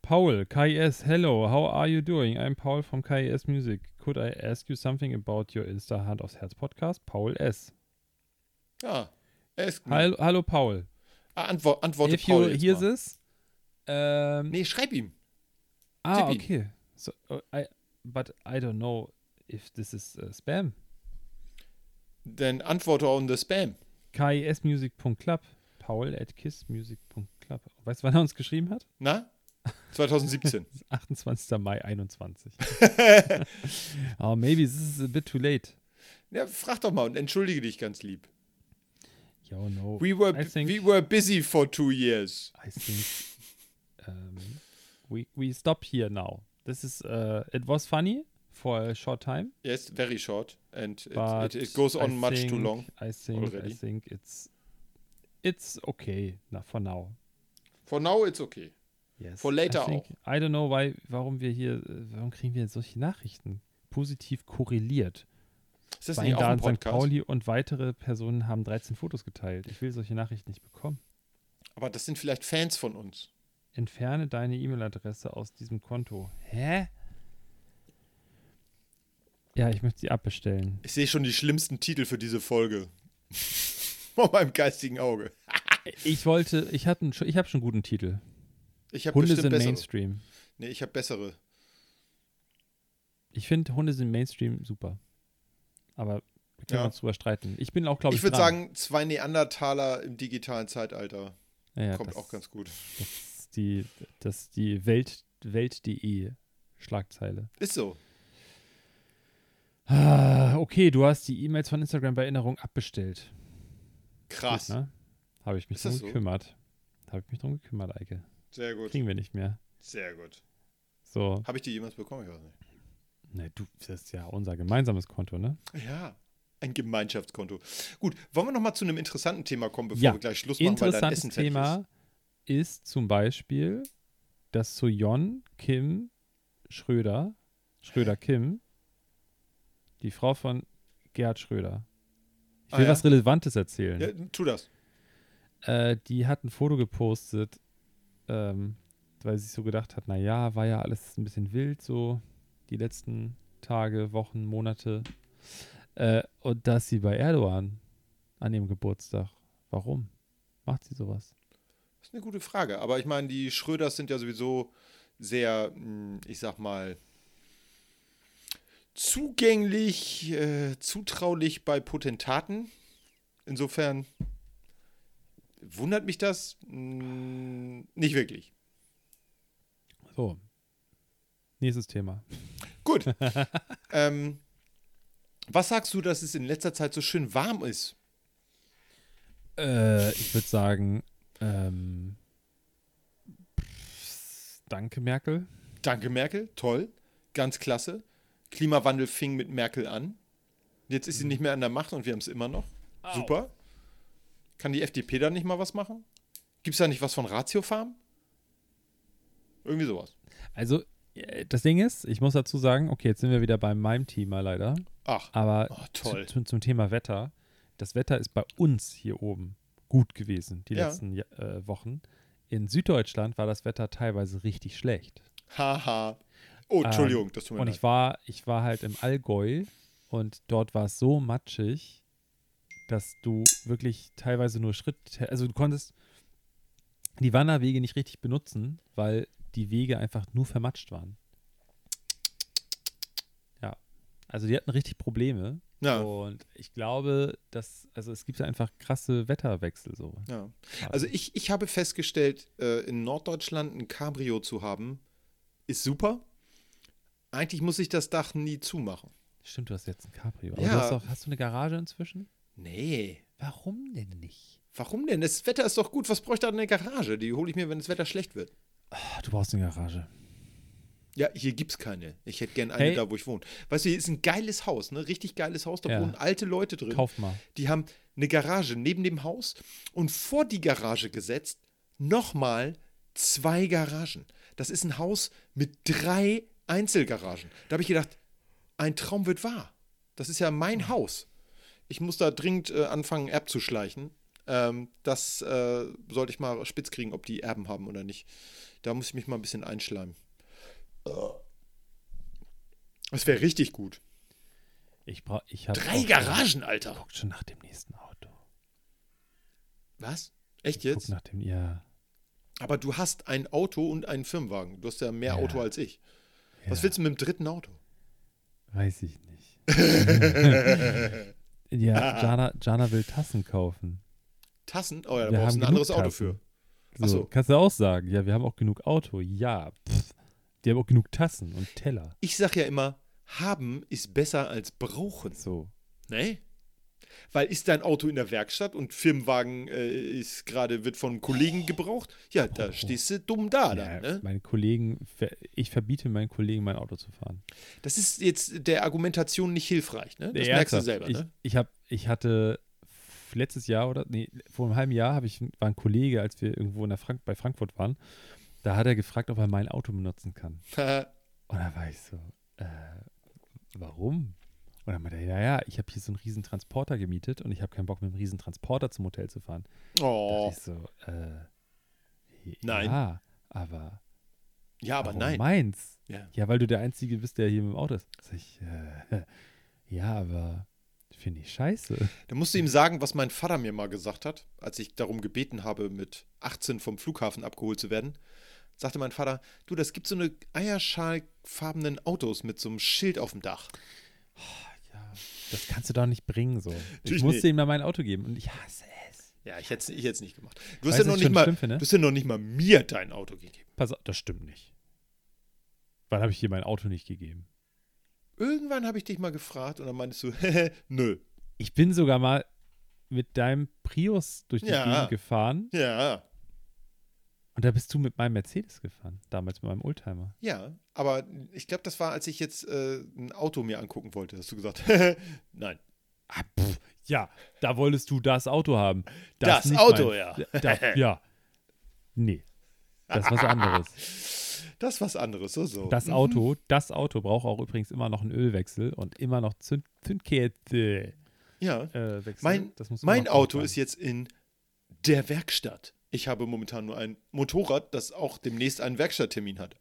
[SPEAKER 3] Paul, KIS, hello, how are you doing? I'm Paul from KIS Music. Could I ask you something about your Insta Hand aufs Herz Podcast? Paul S.
[SPEAKER 2] Ja. Es,
[SPEAKER 3] Hallo, hallo Paul.
[SPEAKER 2] Ah, antwort, antworte
[SPEAKER 3] If
[SPEAKER 2] Paul
[SPEAKER 3] you
[SPEAKER 2] jetzt
[SPEAKER 3] hear
[SPEAKER 2] mal.
[SPEAKER 3] this, ähm,
[SPEAKER 2] Nee, schreib ihm.
[SPEAKER 3] ah,
[SPEAKER 2] tipp ihn.
[SPEAKER 3] okay. So, uh, I, but I don't know if this is uh, spam.
[SPEAKER 2] Dann antworte on the Spam.
[SPEAKER 3] KISmusic.club, Paul at kissmusic.club. Weißt du, wann er uns geschrieben hat?
[SPEAKER 2] Na? 2017.
[SPEAKER 3] 28. Mai 21. oh, maybe this is a bit too late.
[SPEAKER 2] Ja, frag doch mal und entschuldige dich ganz lieb.
[SPEAKER 3] Yo, no.
[SPEAKER 2] We were,
[SPEAKER 3] I think,
[SPEAKER 2] we were busy for two years.
[SPEAKER 3] I think um, we, we stop here now. This is, uh, it was funny for a short time,
[SPEAKER 2] Yes, very short. And it,
[SPEAKER 3] but
[SPEAKER 2] it, it goes on
[SPEAKER 3] I
[SPEAKER 2] much
[SPEAKER 3] think,
[SPEAKER 2] too long.
[SPEAKER 3] I think, I
[SPEAKER 2] already.
[SPEAKER 3] think it's, it's okay na, for now.
[SPEAKER 2] For now it's okay.
[SPEAKER 3] Yes.
[SPEAKER 2] For later
[SPEAKER 3] I I don't know why, warum wir hier, äh, warum kriegen wir solche Nachrichten? Positiv korreliert.
[SPEAKER 2] Ist das nicht auch ein
[SPEAKER 3] Weinladen St.
[SPEAKER 2] Podcast?
[SPEAKER 3] Pauli und weitere Personen haben 13 Fotos geteilt. Ich will solche Nachrichten nicht bekommen.
[SPEAKER 2] Aber das sind vielleicht Fans von uns.
[SPEAKER 3] Entferne deine E-Mail-Adresse aus diesem Konto. Hä? Ja, ich möchte sie abbestellen.
[SPEAKER 2] Ich sehe schon die schlimmsten Titel für diese Folge. Vor meinem geistigen Auge.
[SPEAKER 3] Ich wollte, ich hatte, einen- ich habe schon einen guten Titel.
[SPEAKER 2] Ich habe
[SPEAKER 3] Hunde
[SPEAKER 2] bestimmt
[SPEAKER 3] sind
[SPEAKER 2] bessere.
[SPEAKER 3] Mainstream.
[SPEAKER 2] Nee, ich habe bessere.
[SPEAKER 3] Ich finde Hunde sind Mainstream super. Aber wir können
[SPEAKER 2] Ja.
[SPEAKER 3] uns drüber streiten. Ich bin auch, glaube
[SPEAKER 2] Ich,
[SPEAKER 3] ich,
[SPEAKER 2] würde
[SPEAKER 3] dran.
[SPEAKER 2] sagen, zwei Neandertaler im digitalen Zeitalter.
[SPEAKER 3] ja, ja,
[SPEAKER 2] Kommt
[SPEAKER 3] das-
[SPEAKER 2] auch ganz gut.
[SPEAKER 3] Das ist die, das ist die Welt, Welt.de Schlagzeile.
[SPEAKER 2] Ist so.
[SPEAKER 3] Ah, okay, du hast die E-Mails von Instagram bei Erinnerung abbestellt.
[SPEAKER 2] Krass.
[SPEAKER 3] Gut, ne? Habe ich mich
[SPEAKER 2] Ist
[SPEAKER 3] drum
[SPEAKER 2] das so?
[SPEAKER 3] gekümmert. Habe ich mich drum gekümmert, Eike.
[SPEAKER 2] Sehr gut.
[SPEAKER 3] Kriegen wir nicht mehr.
[SPEAKER 2] Sehr gut.
[SPEAKER 3] So,
[SPEAKER 2] Habe ich die jemals bekommen? Ich weiß nicht.
[SPEAKER 3] ne, du, das ist ja unser gemeinsames Konto, ne?
[SPEAKER 2] Ja, Ein Gemeinschaftskonto. Gut, wollen wir noch mal zu einem interessanten Thema kommen, bevor
[SPEAKER 3] Ja,
[SPEAKER 2] wir gleich Schluss machen, weil dein
[SPEAKER 3] Interessantes
[SPEAKER 2] Essen fertig ist.
[SPEAKER 3] Thema ist zum Beispiel, dass Soyeon Kim Schröder, Schröder Kim, die Frau von Gerhard Schröder. Ich
[SPEAKER 2] Ah,
[SPEAKER 3] will
[SPEAKER 2] ja?
[SPEAKER 3] was Relevantes erzählen.
[SPEAKER 2] Ja, tu das.
[SPEAKER 3] Äh, die hat ein Foto gepostet, ähm, weil sie sich so gedacht hat, naja, war ja alles ein bisschen wild so, die letzten Tage, Wochen, Monate. Äh, und dass sie bei Erdogan an ihrem Geburtstag. Warum macht sie sowas?
[SPEAKER 2] Das ist eine gute Frage. Aber ich meine, die Schröders sind ja sowieso sehr, mh, ich sag mal, zugänglich, äh, zutraulich bei Potentaten. Insofern wundert mich das mh, nicht wirklich.
[SPEAKER 3] So. Nächstes Thema.
[SPEAKER 2] Gut. ähm, was sagst du, dass es in letzter Zeit so schön warm ist?
[SPEAKER 3] Äh, ich würde sagen, ähm, pff, danke Merkel.
[SPEAKER 2] Danke, Merkel. Toll. Ganz klasse. Klimawandel fing mit Merkel an. Jetzt
[SPEAKER 3] Mhm.
[SPEAKER 2] ist sie nicht mehr an der Macht und wir haben es immer noch. Super. Kann die FDP da nicht mal was machen? Gibt es da nicht was von Ratio Farm? Irgendwie sowas.
[SPEAKER 3] Also, äh, das Ding ist, ich muss dazu sagen, okay, jetzt sind wir wieder bei meinem Thema leider.
[SPEAKER 2] Ach,
[SPEAKER 3] Aber
[SPEAKER 2] Oh,
[SPEAKER 3] zu-
[SPEAKER 2] toll.
[SPEAKER 3] Zu, zum Thema Wetter. Das Wetter ist bei uns hier oben gut gewesen die
[SPEAKER 2] Ja.
[SPEAKER 3] letzten Ja- äh, Wochen. In Süddeutschland war das Wetter teilweise richtig schlecht.
[SPEAKER 2] haha. Oh, Entschuldigung, das tut mir
[SPEAKER 3] Ähm, Und
[SPEAKER 2] leid.
[SPEAKER 3] ich war, ich war halt im Allgäu und dort war es so matschig, dass du wirklich teilweise nur Schritt, also du konntest die Wanderwege nicht richtig benutzen, weil die Wege einfach nur vermatscht waren. Ja, also die hatten richtig Probleme.
[SPEAKER 2] Ja.
[SPEAKER 3] Und ich Oh. glaube, dass, also es gibt einfach krasse Wetterwechsel so.
[SPEAKER 2] Ja. Also ich, ich habe festgestellt, äh, in Norddeutschland ein Cabrio zu haben, ist super. Eigentlich muss ich das Dach nie zumachen.
[SPEAKER 3] Ah, Stimmt, du hast jetzt ein Cabrio. Aber
[SPEAKER 2] Ja.
[SPEAKER 3] du hast, auch, hast du eine Garage inzwischen?
[SPEAKER 2] Nee.
[SPEAKER 3] Warum denn nicht?
[SPEAKER 2] Warum denn? Das Wetter ist doch gut. Was bräuchte ich da eine Garage? Die hole ich mir, wenn das Wetter schlecht wird.
[SPEAKER 3] Ach, Ah, du brauchst eine Garage.
[SPEAKER 2] Ja, hier gibt's keine. Ich hätte gern eine
[SPEAKER 3] Hey.
[SPEAKER 2] da, wo ich wohne. Weißt du, hier ist ein geiles Haus, ne? Richtig geiles Haus. Da
[SPEAKER 3] Ja.
[SPEAKER 2] wohnen alte Leute drin.
[SPEAKER 3] Kauf mal.
[SPEAKER 2] Die haben eine Garage neben dem Haus und vor die Garage gesetzt nochmal zwei Garagen. Das ist ein Haus mit drei Einzelgaragen. Da habe ich gedacht, ein Traum wird wahr. Das ist ja mein Haus. Ich muss da dringend äh, anfangen, Erb zu schleichen. Ähm, das äh, sollte ich mal spitz kriegen, ob die Erben haben oder nicht. Da muss ich mich mal ein bisschen einschleimen. Das wäre richtig gut.
[SPEAKER 3] Ich brauche, ich habe
[SPEAKER 2] Drei Garagen, Alter.
[SPEAKER 3] Guckt schon nach dem nächsten Auto.
[SPEAKER 2] Was? Echt
[SPEAKER 3] Guckt
[SPEAKER 2] jetzt?
[SPEAKER 3] nach dem, ja.
[SPEAKER 2] Aber du hast ein Auto und einen Firmenwagen. Du hast ja mehr
[SPEAKER 3] Ja.
[SPEAKER 2] Auto als ich. Was
[SPEAKER 3] Ja.
[SPEAKER 2] willst du mit dem dritten Auto?
[SPEAKER 3] Weiß ich nicht. ja, Jana, Jana will Tassen kaufen.
[SPEAKER 2] Tassen? Oh ja, da
[SPEAKER 3] Wir
[SPEAKER 2] brauchst
[SPEAKER 3] haben
[SPEAKER 2] du ein anderes
[SPEAKER 3] genug
[SPEAKER 2] Auto
[SPEAKER 3] Tassen.
[SPEAKER 2] für.
[SPEAKER 3] So,
[SPEAKER 2] Ach so.
[SPEAKER 3] kannst du auch sagen, ja, wir haben auch genug Auto. Ja, pff. Die haben auch genug Tassen und Teller.
[SPEAKER 2] Ich sag ja immer, haben ist besser als brauchen.
[SPEAKER 3] So.
[SPEAKER 2] Ne? Weil ist dein Auto in der Werkstatt und Firmenwagen äh, ist gerade, wird von Kollegen gebraucht, ja, da stehst du dumm da
[SPEAKER 3] Oh. ja,
[SPEAKER 2] dann, ne?
[SPEAKER 3] Meine Kollegen, ver- ich verbiete meinen Kollegen, mein Auto zu fahren.
[SPEAKER 2] Das ist jetzt der Argumentation nicht hilfreich, ne? Das
[SPEAKER 3] Nee,
[SPEAKER 2] merkst du
[SPEAKER 3] ernsthaft.
[SPEAKER 2] selber,
[SPEAKER 3] ich,
[SPEAKER 2] ne?
[SPEAKER 3] Ich, hab, ich hatte f- letztes Jahr oder, nee, vor einem halben Jahr hab ich, war ein Kollege, als wir irgendwo in der Frank bei Frankfurt waren, da hat er gefragt, ob er mein Auto benutzen kann. Und da war ich so, äh, warum? Und dann meinte er, ja, ja, ich habe hier so einen riesen Transporter gemietet und ich habe keinen Bock, mit dem riesen Transporter zum Hotel zu fahren. Da
[SPEAKER 2] oh.
[SPEAKER 3] dachte ich so, äh, ja,
[SPEAKER 2] Nein.
[SPEAKER 3] aber,
[SPEAKER 2] Ja, aber
[SPEAKER 3] warum
[SPEAKER 2] nein.
[SPEAKER 3] meins?
[SPEAKER 2] Ja.
[SPEAKER 3] Ja, weil du der Einzige bist, der hier mit dem Auto ist. Sag ich, äh, ja, aber finde ich scheiße.
[SPEAKER 2] Da musst du ihm sagen, was mein Vater mir mal gesagt hat, als ich darum gebeten habe, mit 18 vom Flughafen abgeholt zu werden. Sagte mein Vater, du, das gibt so eine eierschalfarbenen Autos mit so einem Schild auf dem Dach.
[SPEAKER 3] Ja, das kannst du doch nicht bringen so.
[SPEAKER 2] Natürlich
[SPEAKER 3] ich musste
[SPEAKER 2] nicht.
[SPEAKER 3] ihm dann mein Auto geben und ich hasse es.
[SPEAKER 2] Ja, ich hätte es ich hätt's nicht gemacht. Du hast,
[SPEAKER 3] Weißt
[SPEAKER 2] ja
[SPEAKER 3] du,
[SPEAKER 2] noch
[SPEAKER 3] was ich
[SPEAKER 2] nicht
[SPEAKER 3] schon
[SPEAKER 2] mal,
[SPEAKER 3] schlimm ne? finde?
[SPEAKER 2] du hast ja noch nicht mal mir dein Auto gegeben.
[SPEAKER 3] Pass auf, das stimmt nicht. Wann habe ich dir mein Auto nicht gegeben?
[SPEAKER 2] Irgendwann habe ich dich mal gefragt und dann meintest du, nö.
[SPEAKER 3] Ich bin sogar mal mit deinem Prius durch die
[SPEAKER 2] Ja.
[SPEAKER 3] Gegend gefahren
[SPEAKER 2] Ja,
[SPEAKER 3] und da bist du mit meinem Mercedes gefahren, damals mit meinem Oldtimer.
[SPEAKER 2] ja. Aber ich glaube, das war, als ich jetzt äh, ein Auto mir angucken wollte, hast du gesagt, nein.
[SPEAKER 3] ah, pff, ja, da wolltest du das Auto haben.
[SPEAKER 2] Das
[SPEAKER 3] nicht
[SPEAKER 2] Auto,
[SPEAKER 3] mein-
[SPEAKER 2] ja.
[SPEAKER 3] Da, ja. Nee. Das ist was anderes.
[SPEAKER 2] Das ist was anderes, so, so.
[SPEAKER 3] Das Auto, das Auto braucht auch übrigens immer noch einen Ölwechsel und immer noch Zünd Zündkerze.
[SPEAKER 2] ja.
[SPEAKER 3] Äh, wechseln.
[SPEAKER 2] Mein,
[SPEAKER 3] Das musst du
[SPEAKER 2] mein
[SPEAKER 3] noch
[SPEAKER 2] Auto
[SPEAKER 3] draufschreiben.
[SPEAKER 2] ist jetzt in der Werkstatt. Ich habe momentan nur ein Motorrad, das auch demnächst einen Werkstatttermin hat.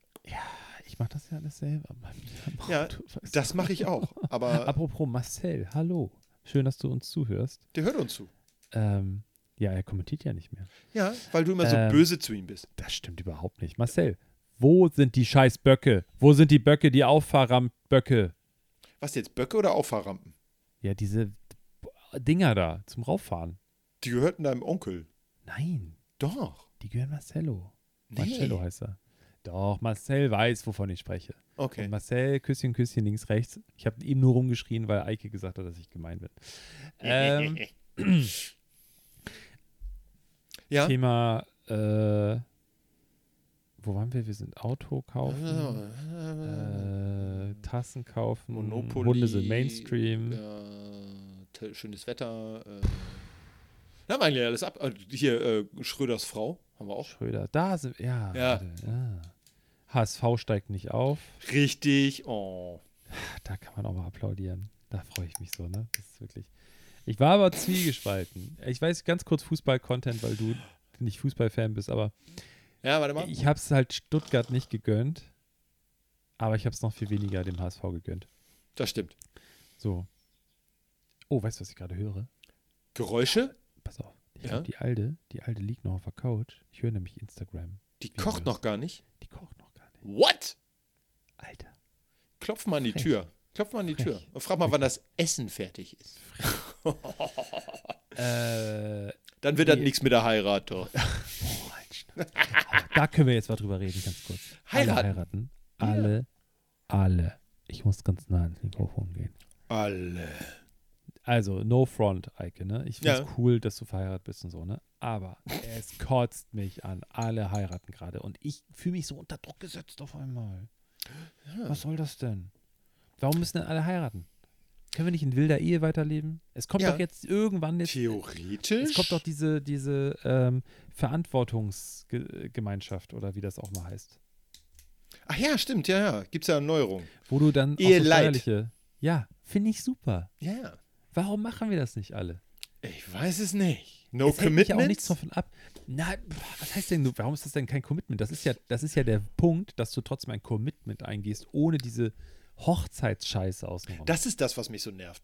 [SPEAKER 3] Ich mache das ja alles selber. bei mir am
[SPEAKER 2] Ja,
[SPEAKER 3] Auto, weißt
[SPEAKER 2] Das
[SPEAKER 3] du.
[SPEAKER 2] mache ich auch. Aber
[SPEAKER 3] Apropos Marcel, hallo. Schön, dass du uns zuhörst.
[SPEAKER 2] der hört uns zu.
[SPEAKER 3] Ähm, ja, er kommentiert ja nicht mehr.
[SPEAKER 2] Ja, weil du immer so
[SPEAKER 3] Ähm.
[SPEAKER 2] böse zu ihm bist.
[SPEAKER 3] Das stimmt überhaupt nicht. Marcel, wo sind die scheiß Böcke? Wo sind die Böcke, die Auffahrramp-Böcke?
[SPEAKER 2] Was jetzt, Böcke oder Auffahrrampen?
[SPEAKER 3] Ja, diese Dinger da zum Rauffahren.
[SPEAKER 2] Die gehörten deinem Onkel.
[SPEAKER 3] Nein,
[SPEAKER 2] Doch.
[SPEAKER 3] die gehören Marcello.
[SPEAKER 2] Nee.
[SPEAKER 3] Marcello heißt er. Doch, Marcel weiß, wovon ich spreche.
[SPEAKER 2] Okay.
[SPEAKER 3] Und Marcel, Küsschen, Küsschen, links, rechts. Ich habe eben nur rumgeschrien, weil Eike gesagt hat, dass ich gemein bin. Ähm,
[SPEAKER 2] ja?
[SPEAKER 3] Thema, äh, wo waren wir? Wir sind Auto kaufen,
[SPEAKER 2] Ah.
[SPEAKER 3] äh, Tassen kaufen,
[SPEAKER 2] Monopoly.
[SPEAKER 3] Hm, Hunde sind Mainstream.
[SPEAKER 2] Ja, t- schönes Wetter. Äh. Da haben wir eigentlich alles ab. Äh, Hier, äh, Schröders Frau haben wir auch.
[SPEAKER 3] Schröder, da sind ja,
[SPEAKER 2] Ja.
[SPEAKER 3] warte, ja. HSV steigt nicht auf.
[SPEAKER 2] Richtig. Oh.
[SPEAKER 3] Ach, Da kann man auch mal applaudieren. Da freue ich mich so, ne? Das ist wirklich. Ich war aber zwiegespalten. Ich weiß ganz kurz Fußball-Content, weil du nicht Fußball-Fan bist, aber
[SPEAKER 2] Ja, warte mal.
[SPEAKER 3] ich habe es halt Stuttgart nicht gegönnt. Aber ich habe es noch viel weniger dem HSV gegönnt.
[SPEAKER 2] Das stimmt.
[SPEAKER 3] So. Oh, weißt du, was ich gerade höre?
[SPEAKER 2] Geräusche?
[SPEAKER 3] Pass auf. Ich
[SPEAKER 2] Ja?
[SPEAKER 3] glaub, die Alte, die Alte liegt noch auf der Couch. Ich höre nämlich Instagram.
[SPEAKER 2] Die
[SPEAKER 3] Videos.
[SPEAKER 2] kocht noch gar nicht.
[SPEAKER 3] Die kocht noch gar nicht.
[SPEAKER 2] What?
[SPEAKER 3] Alter.
[SPEAKER 2] Klopf mal an die
[SPEAKER 3] Frech.
[SPEAKER 2] Tür. Klopf mal an die
[SPEAKER 3] Frech.
[SPEAKER 2] Tür. Und frag mal, wann das Essen fertig ist.
[SPEAKER 3] Äh,
[SPEAKER 2] Dann wird das
[SPEAKER 3] Nee.
[SPEAKER 2] nichts mit der Heirat, doch.
[SPEAKER 3] Oh, halt, stopp. Aber da können wir jetzt mal drüber reden, ganz kurz. Alle
[SPEAKER 2] Heiraten.
[SPEAKER 3] heiraten. Alle, alle. Ich muss ganz nah ans Mikrofon gehen.
[SPEAKER 2] Alle.
[SPEAKER 3] Also, no front, Eike, ne? Ich finde es
[SPEAKER 2] Ja.
[SPEAKER 3] cool, dass du verheiratet bist und so, ne? Aber es kotzt mich an. Alle heiraten gerade. Und ich fühle mich so unter Druck gesetzt auf einmal. Was soll das denn? Warum müssen denn alle heiraten? Können wir nicht in wilder Ehe weiterleben? Es kommt
[SPEAKER 2] Ja.
[SPEAKER 3] doch jetzt irgendwann jetzt
[SPEAKER 2] Theoretisch?
[SPEAKER 3] es kommt doch diese, diese ähm, Verantwortungsgemeinschaft oder wie das auch mal heißt.
[SPEAKER 2] Ach ja, stimmt, ja, ja. Gibt es ja Erneuerung.
[SPEAKER 3] Wo du dann auch so
[SPEAKER 2] Eheleid.
[SPEAKER 3] steuerliche. Ja, finde ich super.
[SPEAKER 2] Ja.
[SPEAKER 3] Warum machen wir das nicht alle?
[SPEAKER 2] Ich weiß es nicht. No
[SPEAKER 3] es hält mich ja auch nichts davon ab. Na, pf, was heißt denn, warum ist das denn kein Commitment? Das ist ja, das ist ja der Punkt, dass du trotzdem ein Commitment eingehst, ohne diese Hochzeitsscheiße auszumachen.
[SPEAKER 2] Das ist das, was mich so nervt.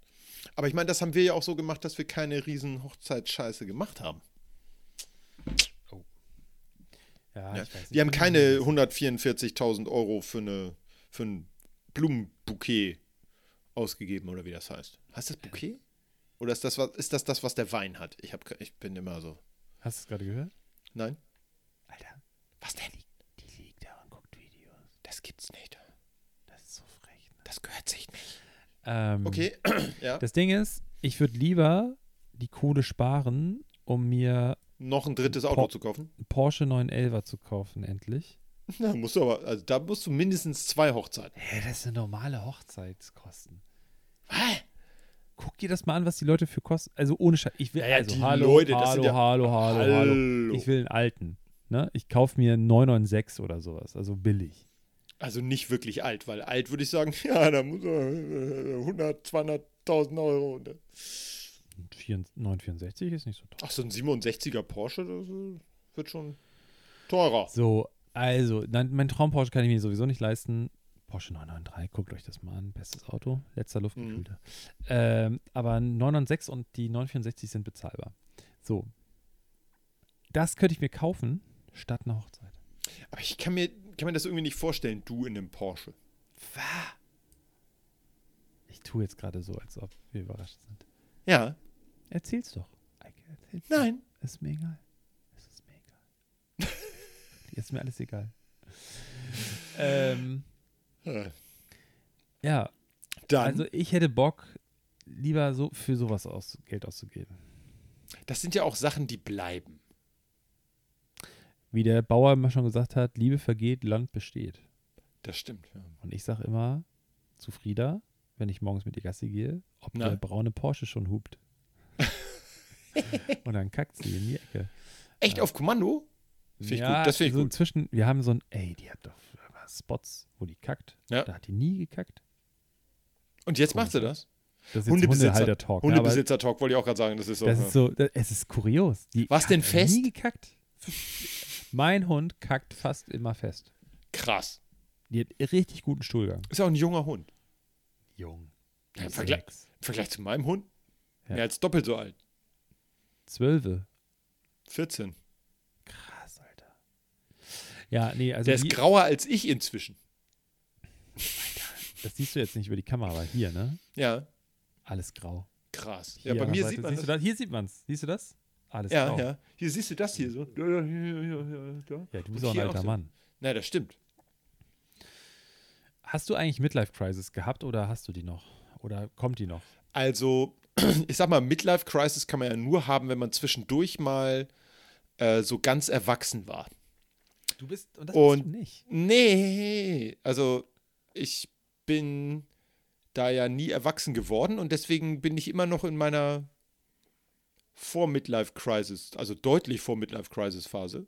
[SPEAKER 2] Aber ich meine, das haben wir ja auch so gemacht, dass wir keine riesen Hochzeitsscheiße gemacht haben.
[SPEAKER 3] ja, ich weiß
[SPEAKER 2] Wir haben
[SPEAKER 3] nicht.
[SPEAKER 2] keine 144.000 Euro für, eine, für ein Blumenbouquet ausgegeben oder wie das heißt. Heißt das Bouquet? Oder ist das, was- ist das das, was der Wein hat? Ich, hab, ke- ich bin immer so.
[SPEAKER 3] Hast du es gerade gehört?
[SPEAKER 2] Nein?
[SPEAKER 3] Alter,
[SPEAKER 2] Was denn?
[SPEAKER 3] die liegt da und guckt Videos.
[SPEAKER 2] Das gibt's nicht.
[SPEAKER 3] Das ist so frech. Ne?
[SPEAKER 2] Das gehört sich nicht.
[SPEAKER 3] Ähm,
[SPEAKER 2] Okay, ja.
[SPEAKER 3] Das Ding ist, ich würde lieber die Kohle sparen, um mir
[SPEAKER 2] Noch ein drittes Auto
[SPEAKER 3] Pop-
[SPEAKER 2] zu kaufen?
[SPEAKER 3] einen Porsche 911er zu kaufen, endlich.
[SPEAKER 2] Na, musst du aber, also da musst du mindestens zwei Hochzeiten.
[SPEAKER 3] Hä, das sind normale Hochzeitskosten.
[SPEAKER 2] Hä?
[SPEAKER 3] Guck dir das mal an, was die Leute für Kosten. Also ohne Scheiß. Ich will
[SPEAKER 2] Ja, ja,
[SPEAKER 3] also,
[SPEAKER 2] die
[SPEAKER 3] hallo,
[SPEAKER 2] Leute, das
[SPEAKER 3] hallo,
[SPEAKER 2] sind ja-
[SPEAKER 3] hallo, hallo, hallo,
[SPEAKER 2] Hallo.
[SPEAKER 3] Ich will einen alten. Ne? Ich kaufe mir einen 996 oder sowas, also billig.
[SPEAKER 2] Also nicht wirklich alt, weil alt würde ich sagen, ja, da muss er äh, 100, 200.000 Euro. Ne?
[SPEAKER 3] Ein 4 964 ist nicht so teuer.
[SPEAKER 2] Ach, so ein 67er Porsche, das äh, wird schon teurer.
[SPEAKER 3] So, also, nein, mein Traum-Porsche kann ich mir sowieso nicht leisten. Porsche 993, guckt euch das mal an. Bestes Auto, letzter Luftgekühlter. Ähm, aber 996 und die 964 sind bezahlbar. So. Das könnte ich mir kaufen, statt einer Hochzeit.
[SPEAKER 2] Aber ich kann mir, kann mir das irgendwie nicht vorstellen, du in einem Porsche.
[SPEAKER 3] Ich tue jetzt gerade so, als ob wir überrascht sind.
[SPEAKER 2] Ja,
[SPEAKER 3] Erzähl's doch. Eike, erzähl's doch.
[SPEAKER 2] nein.
[SPEAKER 3] Ist mir egal. Es ist mir egal. ist mir alles egal. ähm,
[SPEAKER 2] Äh,
[SPEAKER 3] ja,
[SPEAKER 2] Dann,
[SPEAKER 3] Also ich hätte Bock, lieber so für sowas aus, Geld auszugeben.
[SPEAKER 2] das sind ja auch Sachen, die bleiben.
[SPEAKER 3] Wie der Bauer immer schon gesagt hat, Liebe vergeht, Land besteht.
[SPEAKER 2] Das stimmt. Ja.
[SPEAKER 3] Und ich sage immer zu Frieda, wenn ich morgens mit ihr Gassi gehe, ob
[SPEAKER 2] Na?
[SPEAKER 3] der braune Porsche schon hupt. und dann kackt sie in die Ecke.
[SPEAKER 2] Echt auf Kommando? Finde ich gut, das finde ich
[SPEAKER 3] so
[SPEAKER 2] gut.
[SPEAKER 3] Inzwischen, wir haben so ein, ey, die hat doch Spots, wo die kackt.
[SPEAKER 2] Ja.
[SPEAKER 3] Da hat die nie gekackt.
[SPEAKER 2] Und jetzt macht sie das?
[SPEAKER 3] Das ist jetzt
[SPEAKER 2] Hundebesitzer-Talk,
[SPEAKER 3] Hundehalter-Talk. ne, aber
[SPEAKER 2] Hundebesitzer Talk wollte ich auch gerade sagen. Das ist so. äh,
[SPEAKER 3] Das
[SPEAKER 2] ja.
[SPEAKER 3] ist so, das, es ist kurios. Die
[SPEAKER 2] Was
[SPEAKER 3] hat
[SPEAKER 2] denn
[SPEAKER 3] noch
[SPEAKER 2] fest?
[SPEAKER 3] Nie gekackt. mein Hund kackt fast immer fest.
[SPEAKER 2] Krass.
[SPEAKER 3] Die hat richtig guten Stuhlgang.
[SPEAKER 2] Ist auch ein junger Hund.
[SPEAKER 3] Jung.
[SPEAKER 2] Ja, im Vergleich- Im Vergleich zu meinem Hund?
[SPEAKER 3] Ja.
[SPEAKER 2] Mehr als doppelt so alt.
[SPEAKER 3] Zwölfe.
[SPEAKER 2] 14.
[SPEAKER 3] Krass, Alter. Ja, nee, also
[SPEAKER 2] Der ist
[SPEAKER 3] die,
[SPEAKER 2] grauer als ich inzwischen.
[SPEAKER 3] das siehst du jetzt nicht über die Kamera aber hier, ne?
[SPEAKER 2] Ja,
[SPEAKER 3] Alles grau.
[SPEAKER 2] krass.
[SPEAKER 3] Hier
[SPEAKER 2] ja, bei
[SPEAKER 3] an der
[SPEAKER 2] mir
[SPEAKER 3] Seite.
[SPEAKER 2] sieht man
[SPEAKER 3] siehst
[SPEAKER 2] das.
[SPEAKER 3] Du das. Hier sieht man es. Siehst du das? Genau. Alles
[SPEAKER 2] Ja,
[SPEAKER 3] grau.
[SPEAKER 2] ja. Hier siehst du das hier so. Ja, ja, ja, ja, ja, ja.
[SPEAKER 3] ja, du
[SPEAKER 2] Und
[SPEAKER 3] bist auch ein
[SPEAKER 2] hier
[SPEAKER 3] alter
[SPEAKER 2] so.
[SPEAKER 3] Mann.
[SPEAKER 2] Na, das stimmt.
[SPEAKER 3] Hast du eigentlich Midlife-Crisis gehabt oder hast du die noch? Oder kommt die noch?
[SPEAKER 2] Also, ich sag mal, Midlife-Crisis kann man ja nur haben, wenn man zwischendurch mal äh, so ganz erwachsen war.
[SPEAKER 3] Du bist, und das
[SPEAKER 2] bist Und-
[SPEAKER 3] du nicht.
[SPEAKER 2] Nee, also ich bin da ja nie erwachsen geworden und deswegen bin ich immer noch in meiner Vor-Midlife-Crisis, also deutlich Vor-Midlife-Crisis-Phase.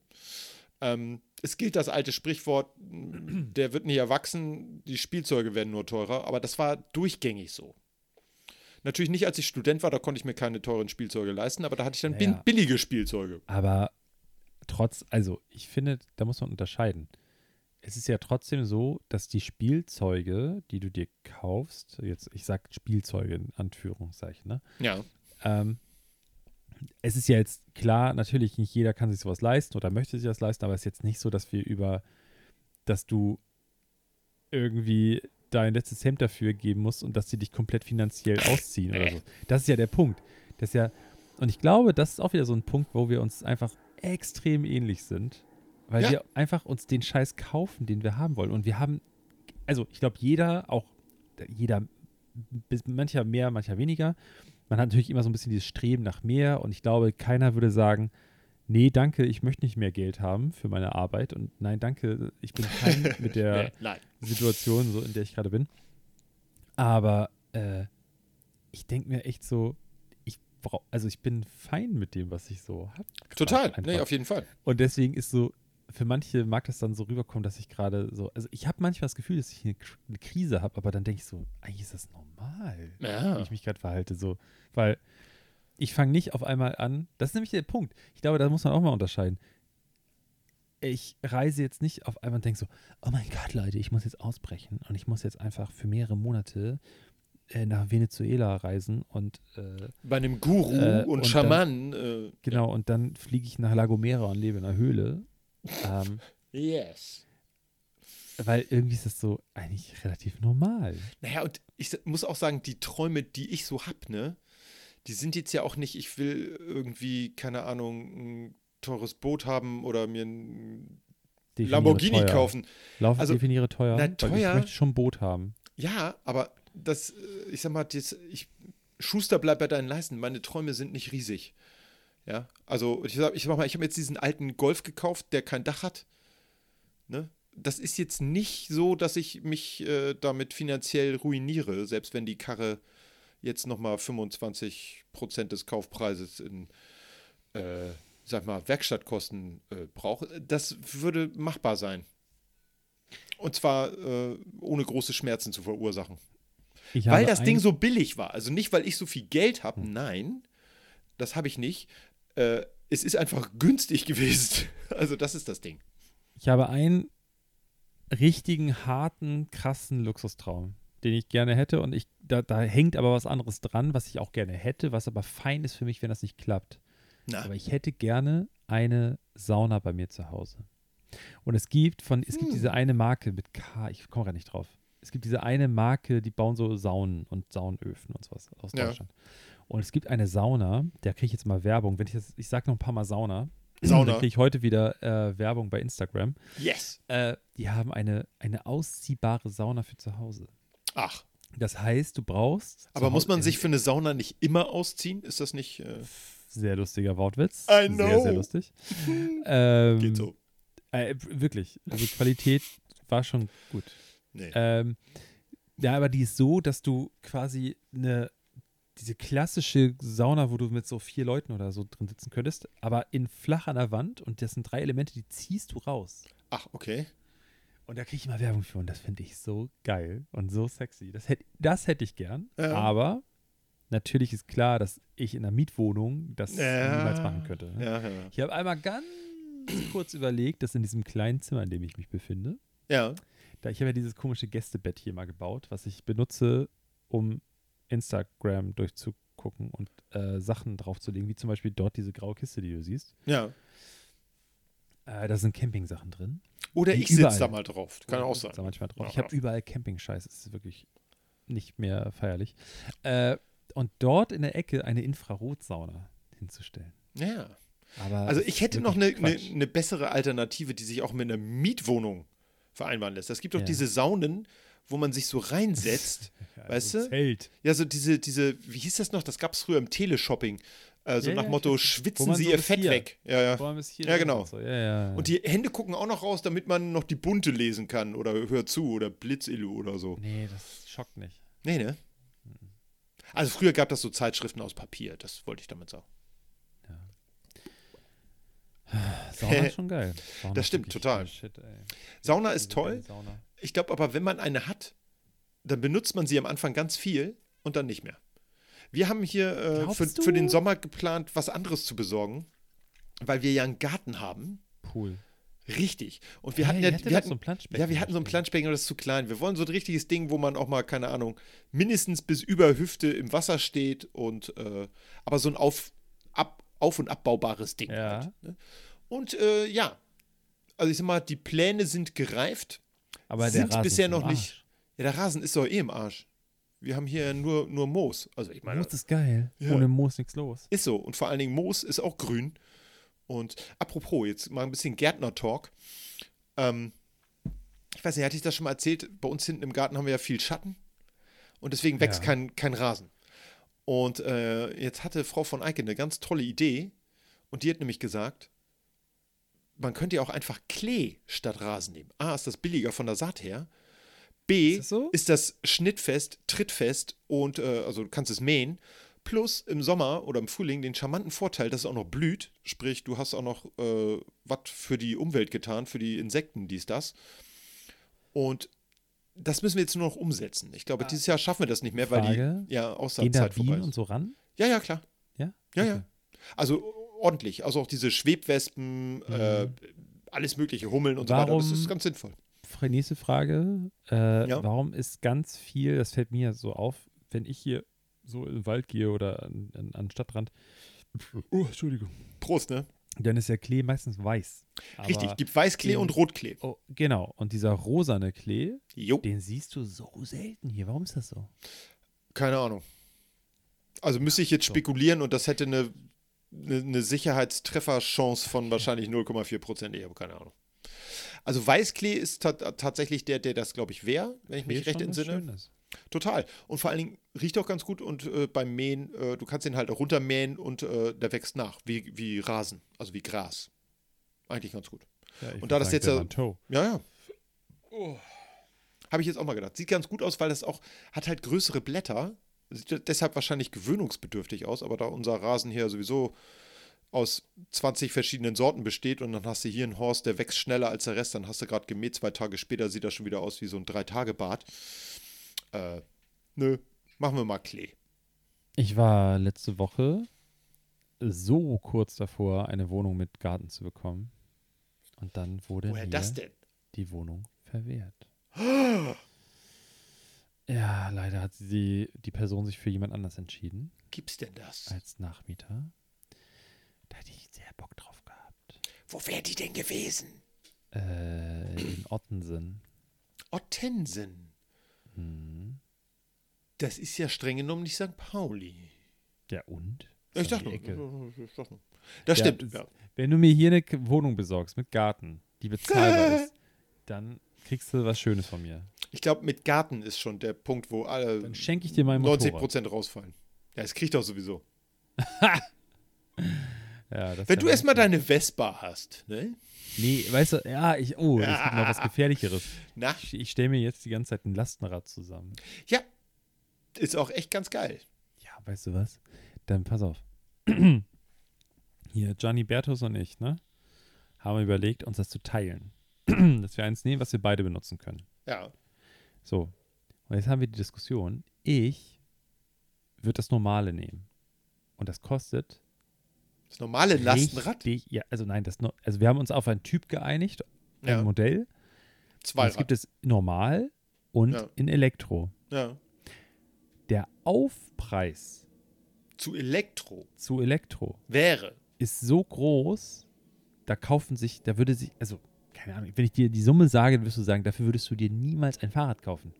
[SPEAKER 2] Ähm, es gilt das alte Sprichwort, der wird nicht erwachsen, die Spielzeuge werden nur teurer, aber das war durchgängig so. Natürlich nicht, als ich Student war, da konnte ich mir keine teuren Spielzeuge leisten, aber da hatte ich dann bin-
[SPEAKER 3] Naja.
[SPEAKER 2] billige Spielzeuge.
[SPEAKER 3] Aber trotz, also ich finde, da muss man unterscheiden. Es ist ja trotzdem so, dass die Spielzeuge, die du dir kaufst, jetzt ich sag Spielzeuge in Anführungszeichen, ne?
[SPEAKER 2] Ja,
[SPEAKER 3] Ähm, es ist ja jetzt klar, natürlich nicht jeder kann sich sowas leisten oder möchte sich das leisten, aber es ist jetzt nicht so, dass wir über, dass du irgendwie dein letztes Hemd dafür geben musst und dass sie dich komplett finanziell ausziehen oder so. Das ist ja der Punkt. Das ist ja, und ich glaube, das ist auch wieder so ein Punkt, wo wir uns einfach extrem ähnlich sind, weil
[SPEAKER 2] Ja.
[SPEAKER 3] wir einfach uns den Scheiß kaufen, den wir haben wollen. Und wir haben, also ich glaube, jeder, auch jeder, bis- mancher mehr, mancher weniger, man hat natürlich immer so ein bisschen dieses Streben nach mehr und ich glaube, keiner würde sagen, nee, danke, ich möchte nicht mehr Geld haben für meine Arbeit und nein, danke, ich bin fein mit der
[SPEAKER 2] Nee, nein.
[SPEAKER 3] Situation, so in der ich gerade bin. Aber äh, ich denke mir echt so, ich brauche, also ich bin fein mit dem, was ich so habe.
[SPEAKER 2] Total, nee, auf jeden Fall.
[SPEAKER 3] Und deswegen ist so, für manche mag das dann so rüberkommen, dass ich gerade so, also ich habe manchmal das Gefühl, dass ich eine, Kr- eine Krise habe, aber dann denke ich so, eigentlich ist das normal
[SPEAKER 2] Ja.
[SPEAKER 3] wie ich mich gerade verhalte. So. Weil ich fange nicht auf einmal an. Das ist nämlich der Punkt. Ich glaube, da muss man auch mal unterscheiden. Ich reise jetzt nicht auf einmal und denke so, oh mein Gott, Leute, ich muss jetzt ausbrechen und ich muss jetzt einfach für mehrere Monate äh, nach Venezuela reisen und äh,
[SPEAKER 2] Bei einem Guru
[SPEAKER 3] Äh,
[SPEAKER 2] und,
[SPEAKER 3] und
[SPEAKER 2] Schamanen. Äh,
[SPEAKER 3] genau, und dann fliege ich nach La Gomera und lebe in einer Höhle. Ähm,
[SPEAKER 2] yes.
[SPEAKER 3] weil irgendwie ist das so eigentlich relativ normal.
[SPEAKER 2] Naja, und ich s- muss auch sagen, die Träume, die ich so hab, ne, die sind jetzt ja auch nicht, ich will irgendwie, keine Ahnung, ein teures Boot haben oder mir ein
[SPEAKER 3] Definiere
[SPEAKER 2] Lamborghini
[SPEAKER 3] teuer.
[SPEAKER 2] kaufen.
[SPEAKER 3] Lauf,
[SPEAKER 2] Also,
[SPEAKER 3] definiere teuer.
[SPEAKER 2] na,
[SPEAKER 3] Weil ich
[SPEAKER 2] teuer-
[SPEAKER 3] möchte schon ein Boot haben.
[SPEAKER 2] Ja, aber das, äh, ich sag mal, das, ich, Schuster bleibt bei deinen Leisten. Meine Träume sind nicht riesig. Ja, also ich sag, ich sag mal, ich habe jetzt diesen alten Golf gekauft, der kein Dach hat. Ne? Das ist jetzt nicht so, dass ich mich äh, damit finanziell ruiniere, selbst wenn die Karre jetzt nochmal 25% des Kaufpreises in, äh, sag mal, Werkstattkosten äh, braucht. Das würde machbar sein. Und zwar äh, ohne große Schmerzen zu verursachen.
[SPEAKER 3] Ich
[SPEAKER 2] Weil
[SPEAKER 3] habe
[SPEAKER 2] das Ding
[SPEAKER 3] ein- Hm.
[SPEAKER 2] so billig war. Also nicht, weil ich so viel Geld habe. Nein, das habe ich nicht. Äh, es ist einfach günstig gewesen. Also das ist das Ding.
[SPEAKER 3] Ich habe einen richtigen, harten, krassen Luxustraum, den ich gerne hätte. Und ich, da, da hängt aber was anderes dran, was ich auch gerne hätte, was aber fein ist für mich, wenn das nicht klappt.
[SPEAKER 2] Na.
[SPEAKER 3] Aber ich hätte gerne eine Sauna bei mir zu Hause. Und es gibt von, es gibt
[SPEAKER 2] Hm.
[SPEAKER 3] diese eine Marke mit K, ich komme gar nicht drauf. Es gibt diese eine Marke, die bauen so Saunen und Saunöfen und sowas aus
[SPEAKER 2] Ja.
[SPEAKER 3] Deutschland. Und es gibt eine Sauna, da kriege ich jetzt mal Werbung. Wenn ich das, ich sage noch ein paar Mal Sauna,
[SPEAKER 2] Sauna.
[SPEAKER 3] dann kriege ich heute wieder äh, Werbung bei Instagram.
[SPEAKER 2] Yes.
[SPEAKER 3] Äh, die haben eine, eine ausziehbare Sauna für zu Hause.
[SPEAKER 2] Ach,
[SPEAKER 3] Das heißt, du brauchst. zu
[SPEAKER 2] aber muss
[SPEAKER 3] Hause-
[SPEAKER 2] man sich für eine Sauna nicht immer ausziehen? Ist das nicht äh,
[SPEAKER 3] Sehr lustiger Wortwitz.
[SPEAKER 2] I
[SPEAKER 3] Sehr, sehr
[SPEAKER 2] know.
[SPEAKER 3] lustig. ähm,
[SPEAKER 2] geht so?
[SPEAKER 3] Äh, wirklich. Also Qualität war schon gut.
[SPEAKER 2] Nee.
[SPEAKER 3] Ähm, Ja, aber die ist so, dass du quasi eine, diese klassische Sauna, wo du mit so vier Leuten oder so drin sitzen könntest, aber in flach an der Wand und das sind drei Elemente, die ziehst du raus.
[SPEAKER 2] Ach, okay.
[SPEAKER 3] Und da kriege ich immer Werbung für und das finde ich so geil und so sexy. Das hätte das hätt ich gern,
[SPEAKER 2] Ja.
[SPEAKER 3] aber natürlich ist klar, dass ich in einer Mietwohnung das
[SPEAKER 2] Ja.
[SPEAKER 3] niemals machen könnte. ne?
[SPEAKER 2] Ja, ja.
[SPEAKER 3] Ich habe einmal ganz kurz überlegt, dass in diesem kleinen Zimmer, in dem ich mich befinde,
[SPEAKER 2] Ja,
[SPEAKER 3] da ich habe ja dieses komische Gästebett hier mal gebaut, was ich benutze, um Instagram durchzugucken und äh, Sachen draufzulegen, wie zum Beispiel dort diese graue Kiste, die du siehst.
[SPEAKER 2] ja.
[SPEAKER 3] Äh, da sind Campingsachen drin.
[SPEAKER 2] Oder
[SPEAKER 3] Wie
[SPEAKER 2] ich sitze
[SPEAKER 3] überall.
[SPEAKER 2] da mal drauf. Kann auch
[SPEAKER 3] Da
[SPEAKER 2] sein.
[SPEAKER 3] manchmal drauf.
[SPEAKER 2] Ja,
[SPEAKER 3] ich habe überall Camping-Scheiß. Es ist wirklich nicht mehr feierlich. Äh, und dort in der Ecke eine Infrarotsauna hinzustellen.
[SPEAKER 2] Ja.
[SPEAKER 3] Aber
[SPEAKER 2] Also
[SPEAKER 3] es
[SPEAKER 2] ich
[SPEAKER 3] ist
[SPEAKER 2] hätte noch ne- eine,
[SPEAKER 3] wirklich
[SPEAKER 2] eine,
[SPEAKER 3] Quatsch.
[SPEAKER 2] eine bessere Alternative, die sich auch mit einer Mietwohnung vereinbaren lässt. Es gibt doch
[SPEAKER 3] Ja.
[SPEAKER 2] diese Saunen, wo man sich so reinsetzt.
[SPEAKER 3] Ja,
[SPEAKER 2] weißt
[SPEAKER 3] so Also ein
[SPEAKER 2] du?
[SPEAKER 3] Zelt.
[SPEAKER 2] ja, so diese, diese, wie hieß das noch? Das gab es früher im Teleshopping. Also
[SPEAKER 3] Ja,
[SPEAKER 2] nach
[SPEAKER 3] ja, ich
[SPEAKER 2] Motto,
[SPEAKER 3] weiß nicht. Wo
[SPEAKER 2] schwitzen
[SPEAKER 3] man
[SPEAKER 2] Sie
[SPEAKER 3] so
[SPEAKER 2] Ihr
[SPEAKER 3] bis
[SPEAKER 2] Fett
[SPEAKER 3] hier-
[SPEAKER 2] weg. Ja, ja.
[SPEAKER 3] Vor allem ist hier
[SPEAKER 2] Ja,
[SPEAKER 3] drin
[SPEAKER 2] genau.
[SPEAKER 3] und So. Ja, ja.
[SPEAKER 2] Und die Hände gucken auch noch raus, damit man noch die bunte lesen kann oder hör zu oder Blitzillu oder so.
[SPEAKER 3] nee, das schockt nicht.
[SPEAKER 2] Nee, ne? Also früher gab das so Zeitschriften aus Papier, das wollte ich damit sagen.
[SPEAKER 3] Sauna ist schon geil. Sauna
[SPEAKER 2] Das
[SPEAKER 3] ist
[SPEAKER 2] stimmt,
[SPEAKER 3] wirklich
[SPEAKER 2] total.
[SPEAKER 3] der Shit, ey. Also
[SPEAKER 2] Sauna ist toll.
[SPEAKER 3] Sauna.
[SPEAKER 2] Ich glaube aber, wenn man eine hat, dann benutzt man sie am Anfang ganz viel und dann nicht mehr. Wir haben hier äh, für,
[SPEAKER 3] Glaubst du?
[SPEAKER 2] für den Sommer geplant, was anderes zu besorgen, weil wir ja einen Garten haben.
[SPEAKER 3] Pool.
[SPEAKER 2] Richtig. Und wir
[SPEAKER 3] Hä,
[SPEAKER 2] hatten
[SPEAKER 3] ihr
[SPEAKER 2] ja
[SPEAKER 3] hattet
[SPEAKER 2] wir
[SPEAKER 3] doch
[SPEAKER 2] hatten,
[SPEAKER 3] so ein Planschbecken
[SPEAKER 2] Ja, wir hatten so ein
[SPEAKER 3] rumstehen.
[SPEAKER 2] Planschbecken, aber das ist zu klein. Wir wollen so ein richtiges Ding, wo man auch mal, keine Ahnung, mindestens bis über Hüfte im Wasser steht und äh, aber so ein auf, ab, auf- und abbaubares Ding.
[SPEAKER 3] Ja.
[SPEAKER 2] Halt, ne? Und äh, ja, also ich sag mal, die Pläne sind gereift.
[SPEAKER 3] Aber
[SPEAKER 2] sind
[SPEAKER 3] der Rasen
[SPEAKER 2] bisher
[SPEAKER 3] ist
[SPEAKER 2] noch
[SPEAKER 3] im
[SPEAKER 2] nicht. Ja, der Rasen ist doch eh im Arsch. Wir haben hier nur, nur Moos. Also ich
[SPEAKER 3] Arsch.
[SPEAKER 2] meine,
[SPEAKER 3] Moos ist geil.
[SPEAKER 2] Ja.
[SPEAKER 3] Ohne Moos nichts los.
[SPEAKER 2] ist so. Und vor allen Dingen Moos ist auch grün. Und apropos, jetzt mal ein bisschen Gärtner-Talk. Ähm, ich weiß nicht, hatte ich das schon mal erzählt? Bei uns hinten im Garten haben wir ja viel Schatten. Und deswegen wächst
[SPEAKER 3] Ja.
[SPEAKER 2] kein, kein Rasen. Und äh, jetzt hatte Frau von Eike eine ganz tolle Idee. Und die hat nämlich gesagt, man könnte ja auch einfach Klee statt Rasen nehmen. A, ist das billiger von der Saat her. B,
[SPEAKER 3] Ist das so?
[SPEAKER 2] ist das schnittfest, trittfest und äh, also du kannst es mähen. Plus im Sommer oder im Frühling den charmanten Vorteil, dass es auch noch blüht. Sprich, du hast auch noch äh, was für die Umwelt getan, für die Insekten, dies, das. Und das müssen wir jetzt nur noch umsetzen. Ich glaube, dieses Jahr schaffen wir das nicht mehr, weil
[SPEAKER 3] Ah. Frage.
[SPEAKER 2] die ja, außer
[SPEAKER 3] Gehen da
[SPEAKER 2] Zeit vorbei
[SPEAKER 3] Bienen
[SPEAKER 2] ist.
[SPEAKER 3] und so ran?
[SPEAKER 2] Ja, ja, klar.
[SPEAKER 3] Ja?
[SPEAKER 2] Ja,
[SPEAKER 3] Okay.
[SPEAKER 2] ja. Also ordentlich. Also auch diese Schwebwespen, äh, alles mögliche, Hummeln und so weiter. Das
[SPEAKER 3] Mhm. Warum-
[SPEAKER 2] ist ganz sinnvoll.
[SPEAKER 3] Fra- Nächste Frage. Äh,
[SPEAKER 2] Ja.
[SPEAKER 3] Warum ist ganz viel, das fällt mir so auf, wenn ich hier so in den Wald gehe oder an, an, an den Stadtrand, oh, Entschuldigung,
[SPEAKER 2] Prost, ne?
[SPEAKER 3] dann ist der Klee meistens weiß. Aber,
[SPEAKER 2] Richtig, gibt Weißklee
[SPEAKER 3] den-
[SPEAKER 2] und Rotklee.
[SPEAKER 3] Oh, genau. Und dieser rosane Klee,
[SPEAKER 2] Jo.
[SPEAKER 3] den siehst du so selten hier. Warum ist das so?
[SPEAKER 2] Keine Ahnung. Also müsste ich jetzt
[SPEAKER 3] So.
[SPEAKER 2] spekulieren und das hätte eine, eine, eine Sicherheitstrefferchance von wahrscheinlich 0,4 Prozent. Ich habe keine Ahnung. Also Weißklee ist ta tatsächlich der, der das, glaube ich, wäre, wenn ich mich recht entsinne.
[SPEAKER 3] Schönes.
[SPEAKER 2] Total. Und vor allen Dingen riecht auch ganz gut und äh, beim Mähen, äh, du kannst ihn halt auch runtermähen und äh, der wächst nach, wie, wie Rasen, also wie Gras. Eigentlich ganz gut.
[SPEAKER 3] Ja, ich
[SPEAKER 2] Und da
[SPEAKER 3] würd
[SPEAKER 2] das
[SPEAKER 3] sagen,
[SPEAKER 2] jetzt
[SPEAKER 3] der
[SPEAKER 2] ja-
[SPEAKER 3] war ein Toe.
[SPEAKER 2] Ja, ja. Habe ich jetzt auch mal gedacht. Sieht ganz gut aus, weil das auch hat halt größere Blätter. Sieht deshalb wahrscheinlich gewöhnungsbedürftig aus, aber da unser Rasen hier sowieso aus 20 verschiedenen Sorten besteht und dann hast du hier einen Horst, der wächst schneller als der Rest, dann hast du gerade gemäht, zwei Tage später sieht das schon wieder aus wie so ein Drei-Tage-Bad. Äh, nö, machen wir mal Klee.
[SPEAKER 3] Ich war letzte Woche so kurz davor, eine Wohnung mit Garten zu bekommen. Und dann wurde
[SPEAKER 2] Woher
[SPEAKER 3] mir
[SPEAKER 2] das denn?
[SPEAKER 3] die Wohnung verwehrt. Ja, leider hat sie, die Person sich für jemand anders entschieden
[SPEAKER 2] Gibt's denn das?
[SPEAKER 3] als Nachmieter. Da hätte ich sehr Bock drauf gehabt.
[SPEAKER 2] Wo wäre die denn gewesen?
[SPEAKER 3] Äh, in Ottensen.
[SPEAKER 2] Ottensen.
[SPEAKER 3] Hm.
[SPEAKER 2] Das ist ja streng genommen nicht St. Pauli.
[SPEAKER 3] Ja, und?
[SPEAKER 2] Ja, ich
[SPEAKER 3] Ist doch
[SPEAKER 2] dachte, also
[SPEAKER 3] um die Ecke.
[SPEAKER 2] nur, ich dachte nur. Das
[SPEAKER 3] Ja,
[SPEAKER 2] stimmt.
[SPEAKER 3] es-
[SPEAKER 2] Ja.
[SPEAKER 3] Wenn du mir hier eine K- Wohnung besorgst mit Garten, die bezahlbar ist, dann kriegst du was Schönes von mir.
[SPEAKER 2] Ich glaube, mit Garten ist schon der Punkt, wo alle
[SPEAKER 3] Dann schenke ich dir mein
[SPEAKER 2] 90
[SPEAKER 3] Motorrad.
[SPEAKER 2] Prozent rausfallen. Ja, es kriegt doch sowieso.
[SPEAKER 3] Ja, das
[SPEAKER 2] Wenn du
[SPEAKER 3] wär-
[SPEAKER 2] erstmal deine Vespa hast, ne?
[SPEAKER 3] Nee, weißt du, ja, ich, oh, das gibt noch was Gefährlicheres.
[SPEAKER 2] Na,
[SPEAKER 3] Ich, ich stelle mir jetzt die ganze Zeit ein Lastenrad zusammen.
[SPEAKER 2] ja, ist auch echt ganz geil.
[SPEAKER 3] Ja, weißt du was? Dann pass auf. Hier, Gianni Bertus und ich, ne? Haben überlegt, uns das zu teilen. Dass wir eins nehmen, was wir beide benutzen können.
[SPEAKER 2] Ja,
[SPEAKER 3] So. Und jetzt haben wir die Diskussion. Ich würde das normale nehmen. Und das kostet.
[SPEAKER 2] das normale Lastenrad,
[SPEAKER 3] Richtig, ja, also nein, das, no- also wir haben uns auf einen Typ geeinigt, ein
[SPEAKER 2] Ja.
[SPEAKER 3] Modell. Und
[SPEAKER 2] zwei
[SPEAKER 3] es gibt es normal und
[SPEAKER 2] Ja.
[SPEAKER 3] in Elektro.
[SPEAKER 2] ja.
[SPEAKER 3] Der Aufpreis
[SPEAKER 2] zu Elektro
[SPEAKER 3] zu Elektro
[SPEAKER 2] wäre.
[SPEAKER 3] ist so groß, da kaufen sich, da würde sich, also, keine Ahnung, wenn ich dir die Summe sage, dann wirst du sagen, dafür würdest du dir niemals ein Fahrrad kaufen.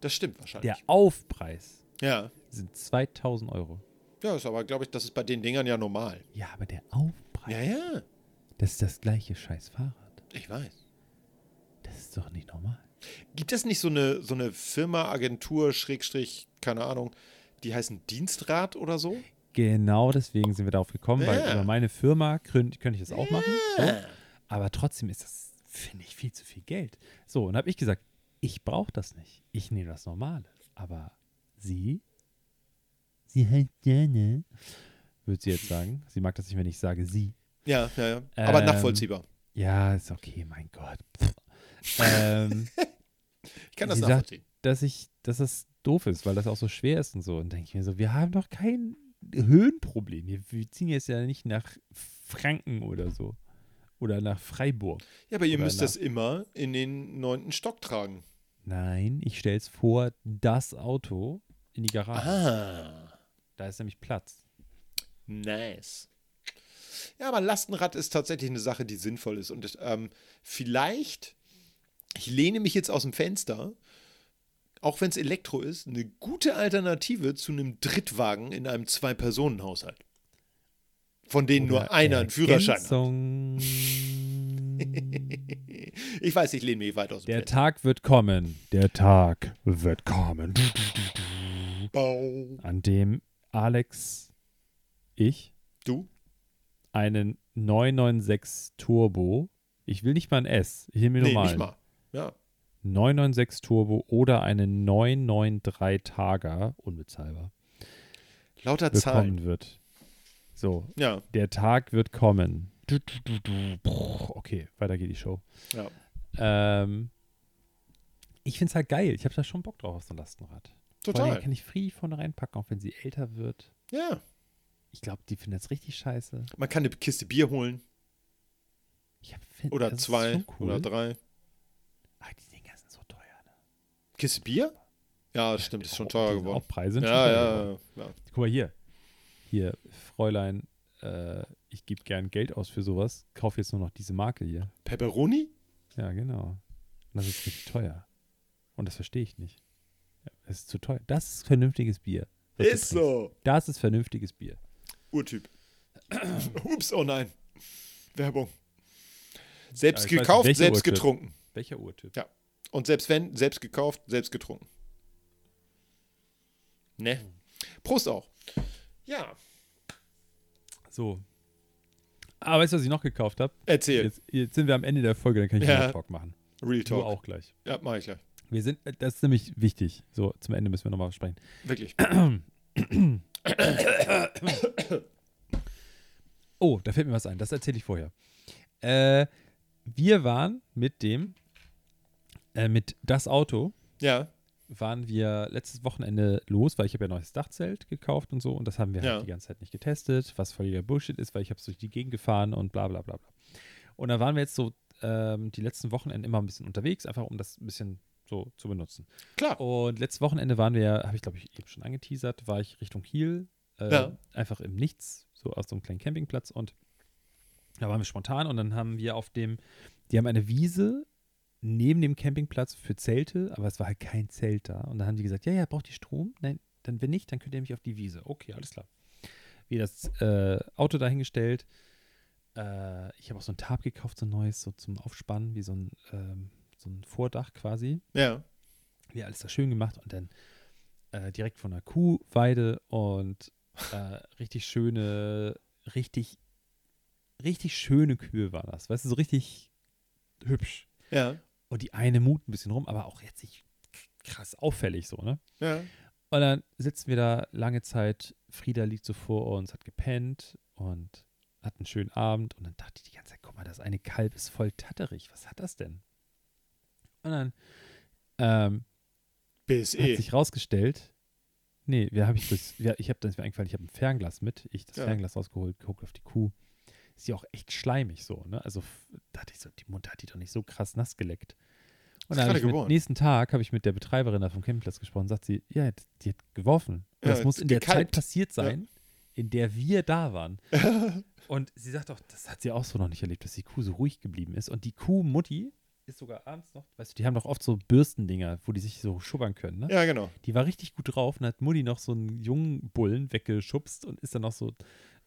[SPEAKER 2] Das stimmt
[SPEAKER 3] Der
[SPEAKER 2] wahrscheinlich.
[SPEAKER 3] Aufpreis
[SPEAKER 2] Ja.
[SPEAKER 3] sind 2000 Euro.
[SPEAKER 2] Ja, ist aber, glaube ich, das ist bei den Dingern ja normal.
[SPEAKER 3] Ja, aber der Aufpreis,
[SPEAKER 2] Ja, ja,
[SPEAKER 3] das ist das gleiche scheiß Fahrrad.
[SPEAKER 2] ich weiß.
[SPEAKER 3] Das ist doch nicht normal.
[SPEAKER 2] Gibt es nicht so eine, so eine Firma, Agentur, Schrägstrich, keine Ahnung, die heißen Dienstrad oder so?
[SPEAKER 3] Genau deswegen sind wir darauf gekommen, weil
[SPEAKER 2] Ja.
[SPEAKER 3] über meine Firma könnte könnte ich das auch machen. So. Aber trotzdem ist das, finde ich, viel zu viel Geld. So, und habe ich gesagt, ich brauche das nicht. Ich nehme das Normale. Aber sie, sie halt gerne, würde sie jetzt sagen. Sie mag das nicht, wenn ich sage sie.
[SPEAKER 2] Ja, ja, ja. Aber
[SPEAKER 3] Ähm,
[SPEAKER 2] nachvollziehbar.
[SPEAKER 3] Ja, ist okay, mein Gott. Pff. ähm,
[SPEAKER 2] Ich kann das
[SPEAKER 3] sie sagt-
[SPEAKER 2] nachvollziehen.
[SPEAKER 3] dass ich, dass das doof ist, weil das auch so schwer ist und so. Und denke ich mir so, wir haben doch kein Höhenproblem. Wir, wir ziehen jetzt ja nicht nach Franken oder so. Oder nach Freiburg.
[SPEAKER 2] Ja, aber ihr
[SPEAKER 3] Oder
[SPEAKER 2] müsst
[SPEAKER 3] nach-
[SPEAKER 2] das immer in den neunten Stock tragen.
[SPEAKER 3] Nein, ich stelle es vor, das Auto in die Garage.
[SPEAKER 2] Ah,
[SPEAKER 3] Da ist nämlich Platz.
[SPEAKER 2] nice. Ja, aber ein Lastenrad ist tatsächlich eine Sache, die sinnvoll ist. Und ähm, vielleicht, ich lehne mich jetzt aus dem Fenster, auch wenn es Elektro ist, eine gute Alternative zu einem Drittwagen in einem Zwei-Personen-Haushalt. Von denen nur einer einen Führerschein hat.
[SPEAKER 3] hat.
[SPEAKER 2] Ich weiß, ich lehne mich weit aus dem
[SPEAKER 3] Der
[SPEAKER 2] Fenster.
[SPEAKER 3] Tag wird kommen. Der Tag wird kommen.
[SPEAKER 2] Bau.
[SPEAKER 3] An dem Alex, ich,
[SPEAKER 2] Du?
[SPEAKER 3] einen 996 Turbo, ich will nicht mal ein S, ich will mir
[SPEAKER 2] Nee,
[SPEAKER 3] nur
[SPEAKER 2] nicht
[SPEAKER 3] mal einen
[SPEAKER 2] mal. Ja.
[SPEAKER 3] 996 Turbo oder einen 993 Tager, unbezahlbar,
[SPEAKER 2] Lauter Zahlen.
[SPEAKER 3] bekommen wird. So,
[SPEAKER 2] Ja,
[SPEAKER 3] Der Tag wird kommen. Du, du, du, du. Bruch. Okay, weiter geht die Show.
[SPEAKER 2] ja.
[SPEAKER 3] Ähm, ich finde es halt geil. Ich habe da schon Bock drauf auf so ein Lastenrad. Vor allem
[SPEAKER 2] Total.
[SPEAKER 3] kann ich free vorne reinpacken, auch wenn sie älter wird.
[SPEAKER 2] Ja.
[SPEAKER 3] Ich glaube, die finden das richtig scheiße.
[SPEAKER 2] Man kann eine Kiste Bier holen.
[SPEAKER 3] Ich hab, find,
[SPEAKER 2] Oder
[SPEAKER 3] das ist
[SPEAKER 2] zwei
[SPEAKER 3] schon cool.
[SPEAKER 2] oder drei.
[SPEAKER 3] Ach, die Dinger sind so teuer. Ne?
[SPEAKER 2] Kiste Bier? Ja, das stimmt, ist schon teuer
[SPEAKER 3] Die sind
[SPEAKER 2] geworden.
[SPEAKER 3] Auch Preise sind schon
[SPEAKER 2] Ja,
[SPEAKER 3] teuer
[SPEAKER 2] ja,
[SPEAKER 3] geworden.
[SPEAKER 2] ja, ja.
[SPEAKER 3] Guck mal hier. Hier, Fräulein, äh, ich gebe gern Geld aus für sowas. Kauf jetzt nur noch diese Marke hier.
[SPEAKER 2] Pepperoni?
[SPEAKER 3] Ja, genau. Und das ist richtig teuer. Und das verstehe ich nicht. Ja, Es ist zu teuer. Das ist vernünftiges Bier. was du
[SPEAKER 2] Ist
[SPEAKER 3] trinkst.
[SPEAKER 2] so.
[SPEAKER 3] Das ist vernünftiges Bier.
[SPEAKER 2] Urtyp. Ups, oh nein. Werbung. Selbst
[SPEAKER 3] Ja, ich weiß
[SPEAKER 2] gekauft,
[SPEAKER 3] nicht, welche
[SPEAKER 2] selbst
[SPEAKER 3] Urtyp.
[SPEAKER 2] getrunken.
[SPEAKER 3] Welcher Urtyp?
[SPEAKER 2] Ja. Und selbst wenn, selbst gekauft, selbst getrunken. Ne? Prost auch. Ja,
[SPEAKER 3] So. Ah, weißt du, was ich noch gekauft habe?
[SPEAKER 2] erzähl.
[SPEAKER 3] Jetzt, jetzt sind wir am Ende der Folge, dann kann ich
[SPEAKER 2] Ja.
[SPEAKER 3] ja. Talk machen.
[SPEAKER 2] Real
[SPEAKER 3] Du
[SPEAKER 2] Talk.
[SPEAKER 3] auch gleich.
[SPEAKER 2] Ja, mach ich gleich.
[SPEAKER 3] Wir sind, äh, das ist nämlich wichtig. So, zum Ende müssen wir nochmal sprechen.
[SPEAKER 2] Wirklich.
[SPEAKER 3] Oh, da fällt mir was ein. Das erzähle ich vorher. Äh, wir waren mit dem, äh, mit das Auto,
[SPEAKER 2] Ja,
[SPEAKER 3] waren wir letztes Wochenende los, weil ich habe ja neues Dachzelt gekauft und so und das haben wir
[SPEAKER 2] Ja.
[SPEAKER 3] halt die ganze Zeit nicht getestet, was völliger Bullshit ist, weil ich habe es durch die Gegend gefahren und bla bla bla bla. Und da waren wir jetzt so ähm, die letzten Wochenenden immer ein bisschen unterwegs, einfach um das ein bisschen so zu benutzen.
[SPEAKER 2] klar.
[SPEAKER 3] Und letztes Wochenende waren wir, habe ich glaube ich eben schon angeteasert, war ich Richtung Kiel, äh,
[SPEAKER 2] Ja.
[SPEAKER 3] einfach im Nichts, so aus so einem kleinen Campingplatz und da waren wir spontan und dann haben wir auf dem, die haben eine Wiese neben dem Campingplatz für Zelte, aber es war halt kein Zelt da und dann haben die gesagt, ja, ja, braucht ihr Strom? Nein, dann wenn nicht, dann könnt ihr mich auf die Wiese. Okay, alles klar. Wir das äh, Auto dahingestellt. Äh, ich habe auch so ein Tarp gekauft, so ein neues, so zum Aufspannen, wie so ein, ähm, so ein Vordach quasi
[SPEAKER 2] Ja,
[SPEAKER 3] wir alles da schön gemacht und dann äh, direkt von der Kuhweide und äh, richtig schöne, richtig richtig schöne Kühe waren das. Weißt du, so richtig hübsch.
[SPEAKER 2] Ja.
[SPEAKER 3] Und die eine mut ein bisschen rum, aber auch jetzt nicht krass auffällig so, ne?
[SPEAKER 2] Ja.
[SPEAKER 3] Und dann sitzen wir da lange Zeit. Frieda liegt so vor uns, hat gepennt und hat einen schönen Abend. Und dann dachte ich die ganze Zeit, guck mal, das eine Kalb ist voll tatterig. Was hat das denn? Und dann ähm, hat
[SPEAKER 2] BSE.
[SPEAKER 3] sich rausgestellt, nee, wir habe ich bis, ja, ich habe das mir eingefallen, ich habe ein Fernglas mit, ich das
[SPEAKER 2] Ja.
[SPEAKER 3] Fernglas rausgeholt, geguckt auf die Kuh. Ist ja auch echt schleimig so, ne? Also f- dachte ich so, die Mutter hat die doch nicht so krass nass geleckt. Und
[SPEAKER 2] Ist
[SPEAKER 3] dann hab
[SPEAKER 2] gerade
[SPEAKER 3] ich mit,
[SPEAKER 2] geboren.
[SPEAKER 3] nächsten Tag habe ich mit der Betreiberin da vom Campingplatz gesprochen, sagt sie, ja, die- die hat geworfen. Und
[SPEAKER 2] Ja,
[SPEAKER 3] das muss in der
[SPEAKER 2] gekalbt.
[SPEAKER 3] Zeit passiert sein, in der wir da waren. Und sie sagt auch, das hat sie auch so noch nicht erlebt, dass die Kuh so ruhig geblieben ist. Und die Kuhmutti ist sogar abends noch, weißt du, die haben doch oft so Bürstendinger, wo die sich so schubbern können, ne?
[SPEAKER 2] Ja, genau.
[SPEAKER 3] Die war richtig gut drauf und hat Mutti noch so einen jungen Bullen weggeschubst und ist dann noch so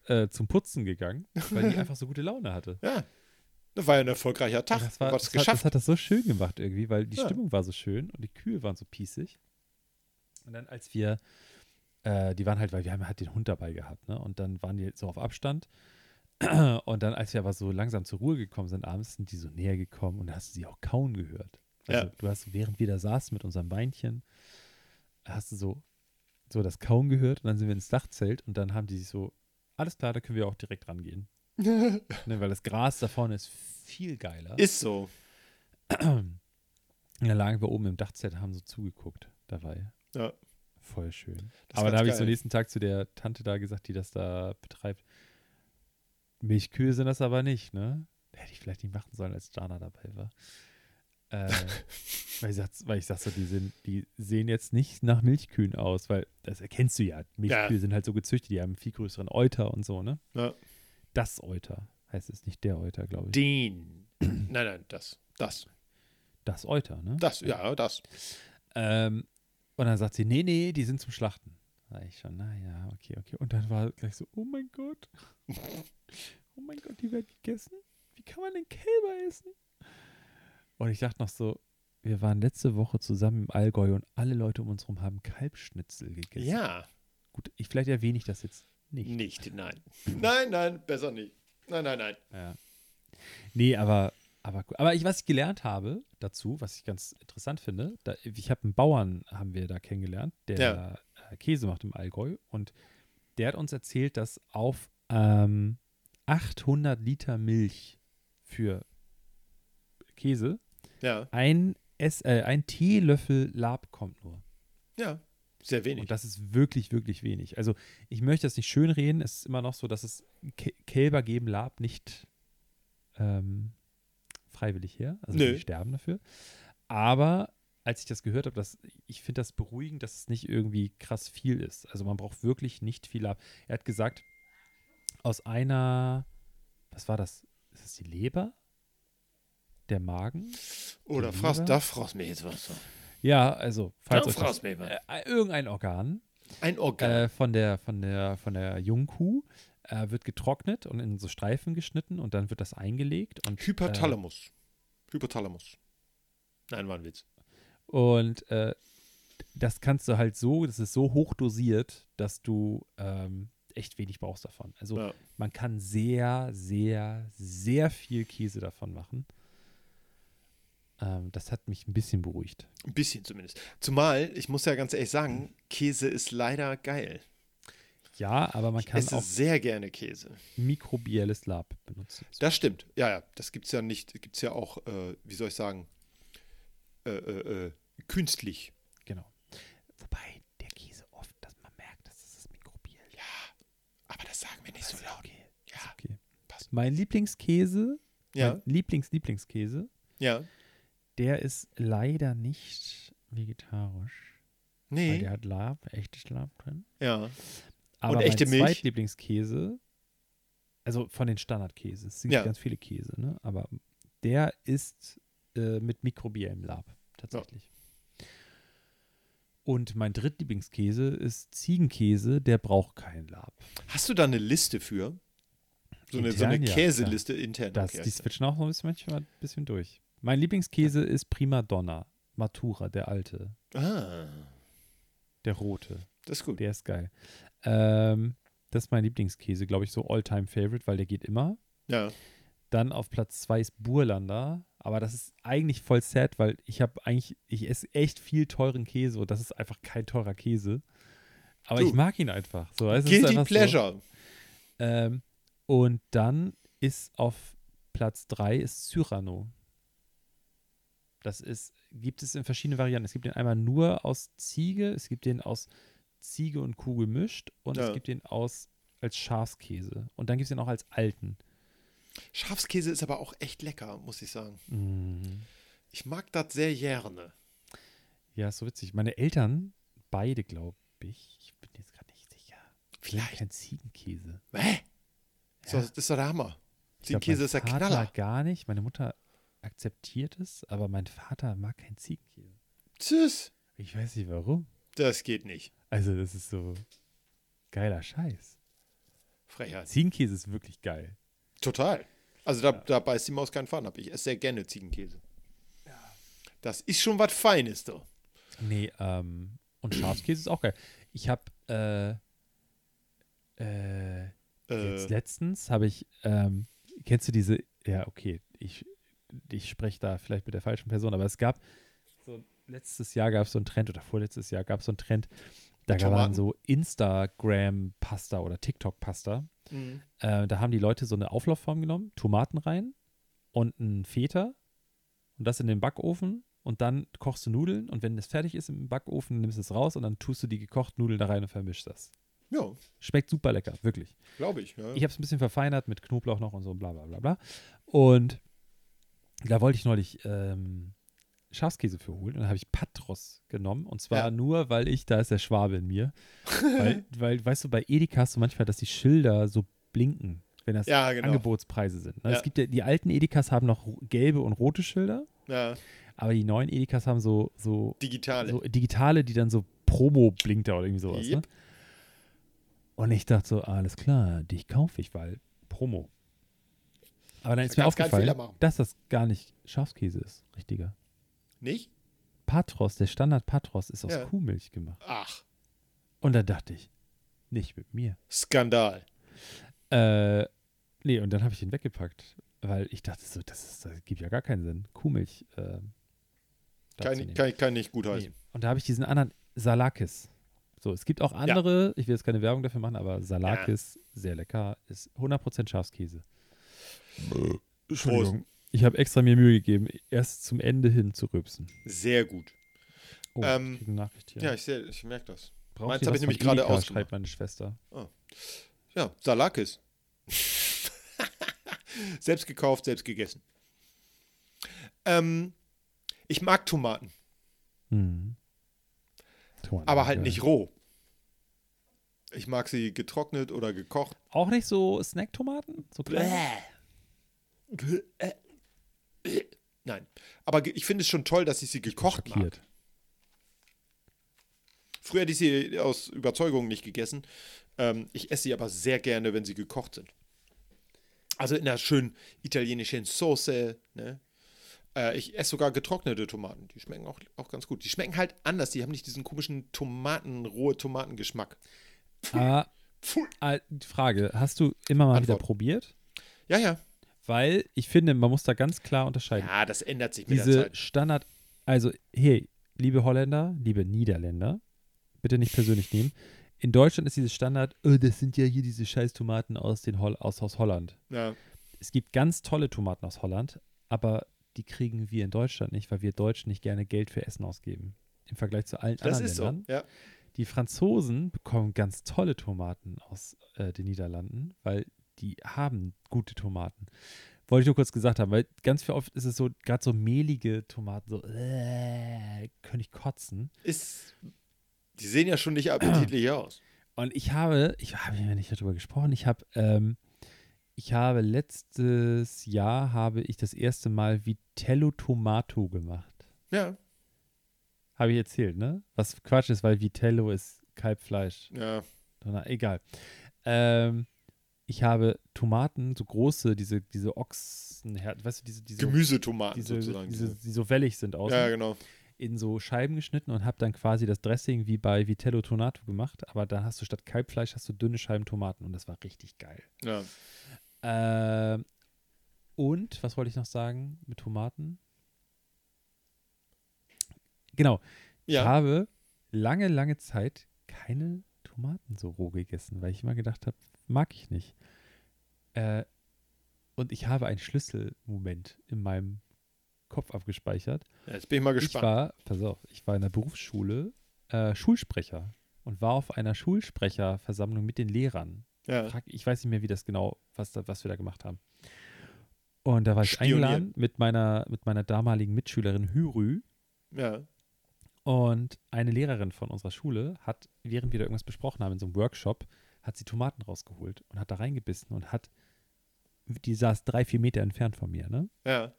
[SPEAKER 3] äh, zum Putzen gegangen, weil die einfach so gute Laune hatte.
[SPEAKER 2] Ja. Das war ja ein erfolgreicher Tag.
[SPEAKER 3] Und
[SPEAKER 2] Das war, du hast es
[SPEAKER 3] das, hat, das
[SPEAKER 2] geschafft.
[SPEAKER 3] hat das so schön gemacht irgendwie, weil die
[SPEAKER 2] Ja.
[SPEAKER 3] Stimmung war so schön und die Kühe waren so pießig. Und dann als wir, äh, die waren halt, weil wir haben halt den Hund dabei gehabt, ne? Und dann waren die so auf Abstand. Und dann, als wir aber so langsam zur Ruhe gekommen sind, abends sind die so näher gekommen und da hast du sie auch kauen gehört. Also
[SPEAKER 2] Ja.
[SPEAKER 3] du hast, während wir da saßen mit unserem Weinchen, hast du so, so das Kauen gehört und dann sind wir ins Dachzelt und dann haben die sich so, alles klar, da können wir auch direkt rangehen. ne, weil das Gras da vorne ist viel geiler.
[SPEAKER 2] Ist so.
[SPEAKER 3] Und dann lagen wir oben im Dachzelt, haben so zugeguckt dabei.
[SPEAKER 2] Ja.
[SPEAKER 3] Voll schön.
[SPEAKER 2] Das ist
[SPEAKER 3] Aber da
[SPEAKER 2] ganz
[SPEAKER 3] habe ich so
[SPEAKER 2] geil.
[SPEAKER 3] nächsten Tag zu der Tante da gesagt, die das da betreibt. Milchkühe sind das aber nicht, ne? Hätte ich vielleicht nicht machen sollen, als Jana dabei war. Äh, weil, ich sag, weil ich sag so, die, sind, die sehen jetzt nicht nach Milchkühen aus, weil das erkennst du ja. Milchkühe
[SPEAKER 2] Ja.
[SPEAKER 3] sind halt so gezüchtet, die haben einen viel größeren Euter und so, ne?
[SPEAKER 2] Ja.
[SPEAKER 3] Das Euter heißt es, nicht der Euter, glaube ich.
[SPEAKER 2] Den. Nein, nein, das. Das.
[SPEAKER 3] das Euter, ne?
[SPEAKER 2] Das. Ja, das.
[SPEAKER 3] Ähm, und dann sagt sie, nee, nee, die sind zum Schlachten. Sag ich schon, naja, okay, okay. Und dann war gleich so, oh mein Gott. Oh mein Gott, die werden gegessen. Wie kann man denn Kälber essen? Und ich dachte noch so, wir waren letzte Woche zusammen im Allgäu und alle Leute um uns rum haben Kalbschnitzel gegessen.
[SPEAKER 2] Ja.
[SPEAKER 3] Gut, ich, vielleicht erwähne ich das jetzt nicht.
[SPEAKER 2] Nicht, nein. Nein, nein, besser nicht. Nein, nein, nein.
[SPEAKER 3] Ja. Nee, aber, aber, gu- aber ich, was ich gelernt habe dazu, was ich ganz interessant finde, da, ich habe einen Bauern, haben wir da kennengelernt, der
[SPEAKER 2] Ja.
[SPEAKER 3] äh, Käse macht im Allgäu und der hat uns erzählt, dass auf ähm, 800 Liter Milch für Käse
[SPEAKER 2] Ja,
[SPEAKER 3] ein, Ess, äh, ein Teelöffel Lab kommt nur.
[SPEAKER 2] ja. Sehr wenig.
[SPEAKER 3] Und das ist wirklich, wirklich wenig. Also ich möchte das nicht schönreden. Es ist immer noch so, dass es Ke- Kälber geben Lab nicht ähm, freiwillig her. Also
[SPEAKER 2] Nö.
[SPEAKER 3] die sterben dafür. Aber als ich das gehört habe, dass, ich finde das beruhigend, dass es nicht irgendwie krass viel ist. Also man braucht wirklich nicht viel Lab. Er hat gesagt, aus einer, was war das? Ist das die Leber? Der Magen?
[SPEAKER 2] Oder
[SPEAKER 3] die
[SPEAKER 2] fraß,
[SPEAKER 3] Leber?
[SPEAKER 2] da fraß mir jetzt was.
[SPEAKER 3] Ja, also, falls
[SPEAKER 2] Da
[SPEAKER 3] euch das,
[SPEAKER 2] fraß mir was.
[SPEAKER 3] äh, irgendein Organ
[SPEAKER 2] Ein Organ.
[SPEAKER 3] äh, von der von der von der Jungkuh äh, wird getrocknet und in so Streifen geschnitten und dann wird das eingelegt und
[SPEAKER 2] Hypothalamus. Hypothalamus. Nein, war ein Witz.
[SPEAKER 3] äh, und äh, das kannst du halt so, das ist so hoch dosiert, dass du ähm, echt wenig brauchst davon. Also
[SPEAKER 2] Ja.
[SPEAKER 3] man kann sehr sehr sehr viel Käse davon machen. Ähm, das hat mich ein bisschen beruhigt.
[SPEAKER 2] Ein bisschen zumindest. Zumal, ich muss ja ganz ehrlich sagen, Käse ist leider geil.
[SPEAKER 3] Ja, aber man
[SPEAKER 2] Ich
[SPEAKER 3] kann
[SPEAKER 2] esse
[SPEAKER 3] auch
[SPEAKER 2] sehr gerne Käse.
[SPEAKER 3] mikrobielles Lab benutzen.
[SPEAKER 2] Das stimmt. Ja, ja. Das gibt es ja nicht. Gibt es ja auch, äh, wie soll ich sagen, äh, äh, äh, künstlich.
[SPEAKER 3] Genau. Wobei der Käse oft, dass man merkt, dass das ist mikrobiell. Ja,
[SPEAKER 2] Aber das sagen wir nicht so laut.
[SPEAKER 3] okay.
[SPEAKER 2] Also, Ja,
[SPEAKER 3] okay.
[SPEAKER 2] passt.
[SPEAKER 3] Mein Lieblingskäse,
[SPEAKER 2] Ja,
[SPEAKER 3] mein Lieblings-Lieblingskäse,
[SPEAKER 2] ja.
[SPEAKER 3] der ist leider nicht vegetarisch. Weil
[SPEAKER 2] Nee.
[SPEAKER 3] der hat Lab, echtes Lab drin.
[SPEAKER 2] Ja.
[SPEAKER 3] Aber
[SPEAKER 2] echte
[SPEAKER 3] mein
[SPEAKER 2] Milch?
[SPEAKER 3] Zweitlieblingskäse, also von den Standardkäse, es gibt
[SPEAKER 2] Ja.
[SPEAKER 3] ganz viele Käse, ne? aber der ist äh, mit mikrobiellem Lab, tatsächlich. Und mein Drittlieblingskäse ist Ziegenkäse, der braucht kein Lab.
[SPEAKER 2] Hast du da eine Liste für? So eine, so
[SPEAKER 3] Intern,
[SPEAKER 2] eine
[SPEAKER 3] ja,
[SPEAKER 2] Käseliste intern.
[SPEAKER 3] Das,
[SPEAKER 2] okay.
[SPEAKER 3] die switchen auch so ein bisschen, manchmal ein bisschen durch. Mein Lieblingskäse ist Primadonna, Matura, der alte,
[SPEAKER 2] ah,
[SPEAKER 3] der rote.
[SPEAKER 2] das ist gut.
[SPEAKER 3] Der ist geil. Ähm, das ist mein Lieblingskäse, glaube ich, so All-Time-Favorite, weil der geht immer.
[SPEAKER 2] Ja.
[SPEAKER 3] Dann auf Platz 2 ist Burlander. Aber das ist eigentlich voll sad, weil ich habe eigentlich, ich esse echt viel teuren Käse und das ist einfach kein teurer Käse. Aber
[SPEAKER 2] Du.
[SPEAKER 3] ich mag ihn einfach. So, weißt du, es ist
[SPEAKER 2] Guilty
[SPEAKER 3] einfach
[SPEAKER 2] Pleasure.
[SPEAKER 3] So. Ähm, und dann ist auf Platz 3 ist Cyrano. Das ist, gibt es in verschiedenen Varianten. Es gibt den einmal nur aus Ziege, es gibt den aus Ziege und Kuh gemischt und
[SPEAKER 2] Ja.
[SPEAKER 3] es gibt den aus als Schafskäse. Und dann gibt es den auch als alten.
[SPEAKER 2] Schafskäse ist aber auch echt lecker, muss ich sagen. Mhm.
[SPEAKER 3] Mm.
[SPEAKER 2] Ich mag das sehr gerne.
[SPEAKER 3] Ja, ist so witzig. Meine Eltern, beide, glaube ich, ich bin jetzt gerade nicht sicher.
[SPEAKER 2] Vielleicht.
[SPEAKER 3] Kein Ziegenkäse.
[SPEAKER 2] Hä? Ist doch- Das ist doch der Hammer.
[SPEAKER 3] Ich glaub,
[SPEAKER 2] Ziegenkäse
[SPEAKER 3] mein
[SPEAKER 2] ist der
[SPEAKER 3] Vater
[SPEAKER 2] Knaller.
[SPEAKER 3] gar nicht. Meine Mutter akzeptiert es, aber mein Vater mag kein Ziegenkäse.
[SPEAKER 2] Tschüss.
[SPEAKER 3] Ich weiß nicht warum.
[SPEAKER 2] Das geht nicht.
[SPEAKER 3] Also, das ist so geiler Scheiß.
[SPEAKER 2] Frechheit.
[SPEAKER 3] Ziegenkäse ist wirklich geil.
[SPEAKER 2] Total. Also da, da beißt die Maus keinen Faden ab. Ich esse sehr gerne Ziegenkäse. Das ist schon was Feines, doch.
[SPEAKER 3] Nee, ähm, und Schafskäse ist auch geil. Ich habe, äh, äh, Jetzt
[SPEAKER 2] Äh,
[SPEAKER 3] letztens habe ich, ähm, kennst du diese, ja, okay, ich, ich spreche da vielleicht mit der falschen Person, aber es gab, so letztes Jahr gab es so einen Trend oder vorletztes Jahr gab es so einen Trend, da
[SPEAKER 2] Mit
[SPEAKER 3] gab
[SPEAKER 2] Tomaten?
[SPEAKER 3] es so Instagram-Pasta oder TikTok-Pasta.
[SPEAKER 2] mh.
[SPEAKER 3] Äh, da haben die Leute so eine Auflaufform genommen, Tomaten rein und einen Feta und das in den Backofen und dann kochst du Nudeln und wenn das fertig ist im Backofen, nimmst du es raus und dann tust du die gekochten Nudeln da rein und vermischst das.
[SPEAKER 2] ja,
[SPEAKER 3] Schmeckt super lecker, wirklich.
[SPEAKER 2] glaube ich. Ja.
[SPEAKER 3] Ich habe es ein bisschen verfeinert mit Knoblauch noch und so, bla bla bla bla. Und da wollte ich neulich ähm, Schafskäse für holen und dann habe ich Patros genommen. Und zwar
[SPEAKER 2] Ja.
[SPEAKER 3] nur, weil ich, da ist der Schwabe in mir. weil, weil, weißt du, bei Edeka hast du manchmal, dass die Schilder so blinken, wenn das
[SPEAKER 2] Ja, genau.
[SPEAKER 3] Angebotspreise sind. Ne?
[SPEAKER 2] Ja.
[SPEAKER 3] Es gibt ja, die alten Edekas haben noch ro- gelbe und rote Schilder,
[SPEAKER 2] ja,
[SPEAKER 3] aber die neuen Edekas haben so, so
[SPEAKER 2] digitale.
[SPEAKER 3] so digitale, die dann so Promo blinkt da oder irgendwie sowas.
[SPEAKER 2] Yep.
[SPEAKER 3] Ne? Und ich dachte so, alles klar, dich kaufe ich, weil Promo. Aber dann ist mir
[SPEAKER 2] kannst keinen
[SPEAKER 3] aufgefallen,
[SPEAKER 2] Fehler machen.
[SPEAKER 3] dass das gar nicht Schafskäse ist, richtiger.
[SPEAKER 2] Nicht?
[SPEAKER 3] Patros, der Standard Patros ist aus
[SPEAKER 2] Ja.
[SPEAKER 3] Kuhmilch gemacht.
[SPEAKER 2] Ach,
[SPEAKER 3] Und da dachte ich, nicht mit mir.
[SPEAKER 2] Skandal.
[SPEAKER 3] Äh, nee, und dann habe ich ihn weggepackt, weil ich dachte so, das, ist, das gibt ja gar keinen Sinn. Kuhmilch. Äh, dazu
[SPEAKER 2] Kann,
[SPEAKER 3] nehmen.
[SPEAKER 2] kann, kann nicht gut heißen.
[SPEAKER 3] Nee. Und da habe ich diesen anderen Salakis. So, es gibt auch andere, ich will jetzt keine Werbung dafür machen, aber Salakis, sehr lecker, ist 100% Schafskäse.
[SPEAKER 2] Entschuldigung.
[SPEAKER 3] Ich habe extra mir Mühe gegeben, erst zum Ende hin zu rübsen.
[SPEAKER 2] Sehr gut.
[SPEAKER 3] Oh,
[SPEAKER 2] Ähm,
[SPEAKER 3] ich krieg eine Nachricht hier.
[SPEAKER 2] Ja, ich, sehe- ich merke das.
[SPEAKER 3] Braucht
[SPEAKER 2] meins
[SPEAKER 3] ihr
[SPEAKER 2] hab ich
[SPEAKER 3] was
[SPEAKER 2] nämlich
[SPEAKER 3] von Edeka?
[SPEAKER 2] gerade ausgemacht.
[SPEAKER 3] schreibt meine Schwester.
[SPEAKER 2] Ja, Salakis. selbst gekauft, selbst gegessen. Ähm, ich mag Tomaten,
[SPEAKER 3] Hm. Tomaten
[SPEAKER 2] aber
[SPEAKER 3] sind
[SPEAKER 2] halt
[SPEAKER 3] geil.
[SPEAKER 2] nicht roh. Ich mag sie getrocknet oder gekocht.
[SPEAKER 3] Auch nicht so Snacktomaten? So kleine?
[SPEAKER 2] Nein, aber ge- ich finde es schon toll, dass ich sie gekocht mag.
[SPEAKER 3] Schockiert.
[SPEAKER 2] Früher hätte ich sie aus Überzeugung nicht gegessen. Ähm, ich esse sie aber sehr gerne, wenn sie gekocht sind. Also in einer schönen italienischen Soße. Ne? Äh, ich esse sogar getrocknete Tomaten. Die schmecken auch, auch ganz gut. Die schmecken halt anders. Die haben nicht diesen komischen Tomaten, rohe Tomatengeschmack.
[SPEAKER 3] Ah,
[SPEAKER 2] Pfuh.
[SPEAKER 3] ah, die Frage, hast du immer mal wieder
[SPEAKER 2] Antwort.
[SPEAKER 3] probiert?
[SPEAKER 2] Ja, ja.
[SPEAKER 3] Weil ich finde, man muss da ganz klar unterscheiden.
[SPEAKER 2] Ja, das ändert sich mit der
[SPEAKER 3] diese
[SPEAKER 2] Zeit.
[SPEAKER 3] Standard, also hey, liebe Holländer, liebe Niederländer, bitte nicht persönlich nehmen. In Deutschland ist dieses Standard, oh, das sind ja hier diese scheiß Tomaten aus, den Hol aus, aus Holland.
[SPEAKER 2] Ja,
[SPEAKER 3] Es gibt ganz tolle Tomaten aus Holland, aber die kriegen wir in Deutschland nicht, weil wir Deutschen nicht gerne Geld für Essen ausgeben. Im Vergleich zu allen
[SPEAKER 2] das
[SPEAKER 3] anderen
[SPEAKER 2] ist so.
[SPEAKER 3] Ländern.
[SPEAKER 2] Ja.
[SPEAKER 3] Die Franzosen bekommen ganz tolle Tomaten aus äh, den Niederlanden, weil die haben gute Tomaten. Wollte ich nur kurz gesagt haben, weil ganz viel oft ist es so, gerade so mehlige Tomaten, so, äh, könnte ich kotzen.
[SPEAKER 2] Ist, die sehen ja schon nicht appetitlich aus.
[SPEAKER 3] Und ich habe, ich habe ja nicht darüber gesprochen, ich habe, ähm, ich habe letztes Jahr habe ich das erste Mal Vitello Tomato gemacht.
[SPEAKER 2] Ja,
[SPEAKER 3] Habe ich erzählt, ne? Was Quatsch ist, weil Vitello ist Kalbfleisch.
[SPEAKER 2] ja.
[SPEAKER 3] Na, egal. Ähm, ich habe Tomaten, so große, diese, diese Ochsen, weißt du, diese, diese,
[SPEAKER 2] Gemüsetomaten
[SPEAKER 3] diese,
[SPEAKER 2] sozusagen.
[SPEAKER 3] diese, die so wellig sind außen,
[SPEAKER 2] ja, genau.
[SPEAKER 3] in so Scheiben geschnitten und habe dann quasi das Dressing wie bei Vitello Tonato gemacht, aber da hast du statt Kalbfleisch hast du dünne Scheiben Tomaten und das war richtig geil.
[SPEAKER 2] Ja.
[SPEAKER 3] Ähm, Und, was wollte ich noch sagen mit Tomaten? Genau. Ich
[SPEAKER 2] Ja,
[SPEAKER 3] habe lange, lange Zeit keine Tomaten so roh gegessen, weil ich immer gedacht habe, mag ich nicht. Äh, und ich habe einen Schlüsselmoment in meinem Kopf abgespeichert.
[SPEAKER 2] Ja, jetzt bin ich mal
[SPEAKER 3] Ich
[SPEAKER 2] gespannt.
[SPEAKER 3] war, pass auf, ich war in der Berufsschule äh, Schulsprecher und war auf einer Schulsprecherversammlung mit den Lehrern.
[SPEAKER 2] Ja.
[SPEAKER 3] Frag, ich weiß nicht mehr, wie das genau, was, da, was wir da gemacht haben. Und da war ich
[SPEAKER 2] Spionieren.
[SPEAKER 3] eingeladen mit meiner, mit meiner damaligen Mitschülerin Hürü.
[SPEAKER 2] ja.
[SPEAKER 3] Und eine Lehrerin von unserer Schule hat, während wir da irgendwas besprochen haben in so einem Workshop, hat sie Tomaten rausgeholt und hat da reingebissen und hat, die saß drei, vier Meter entfernt von mir, ne?
[SPEAKER 2] Ja.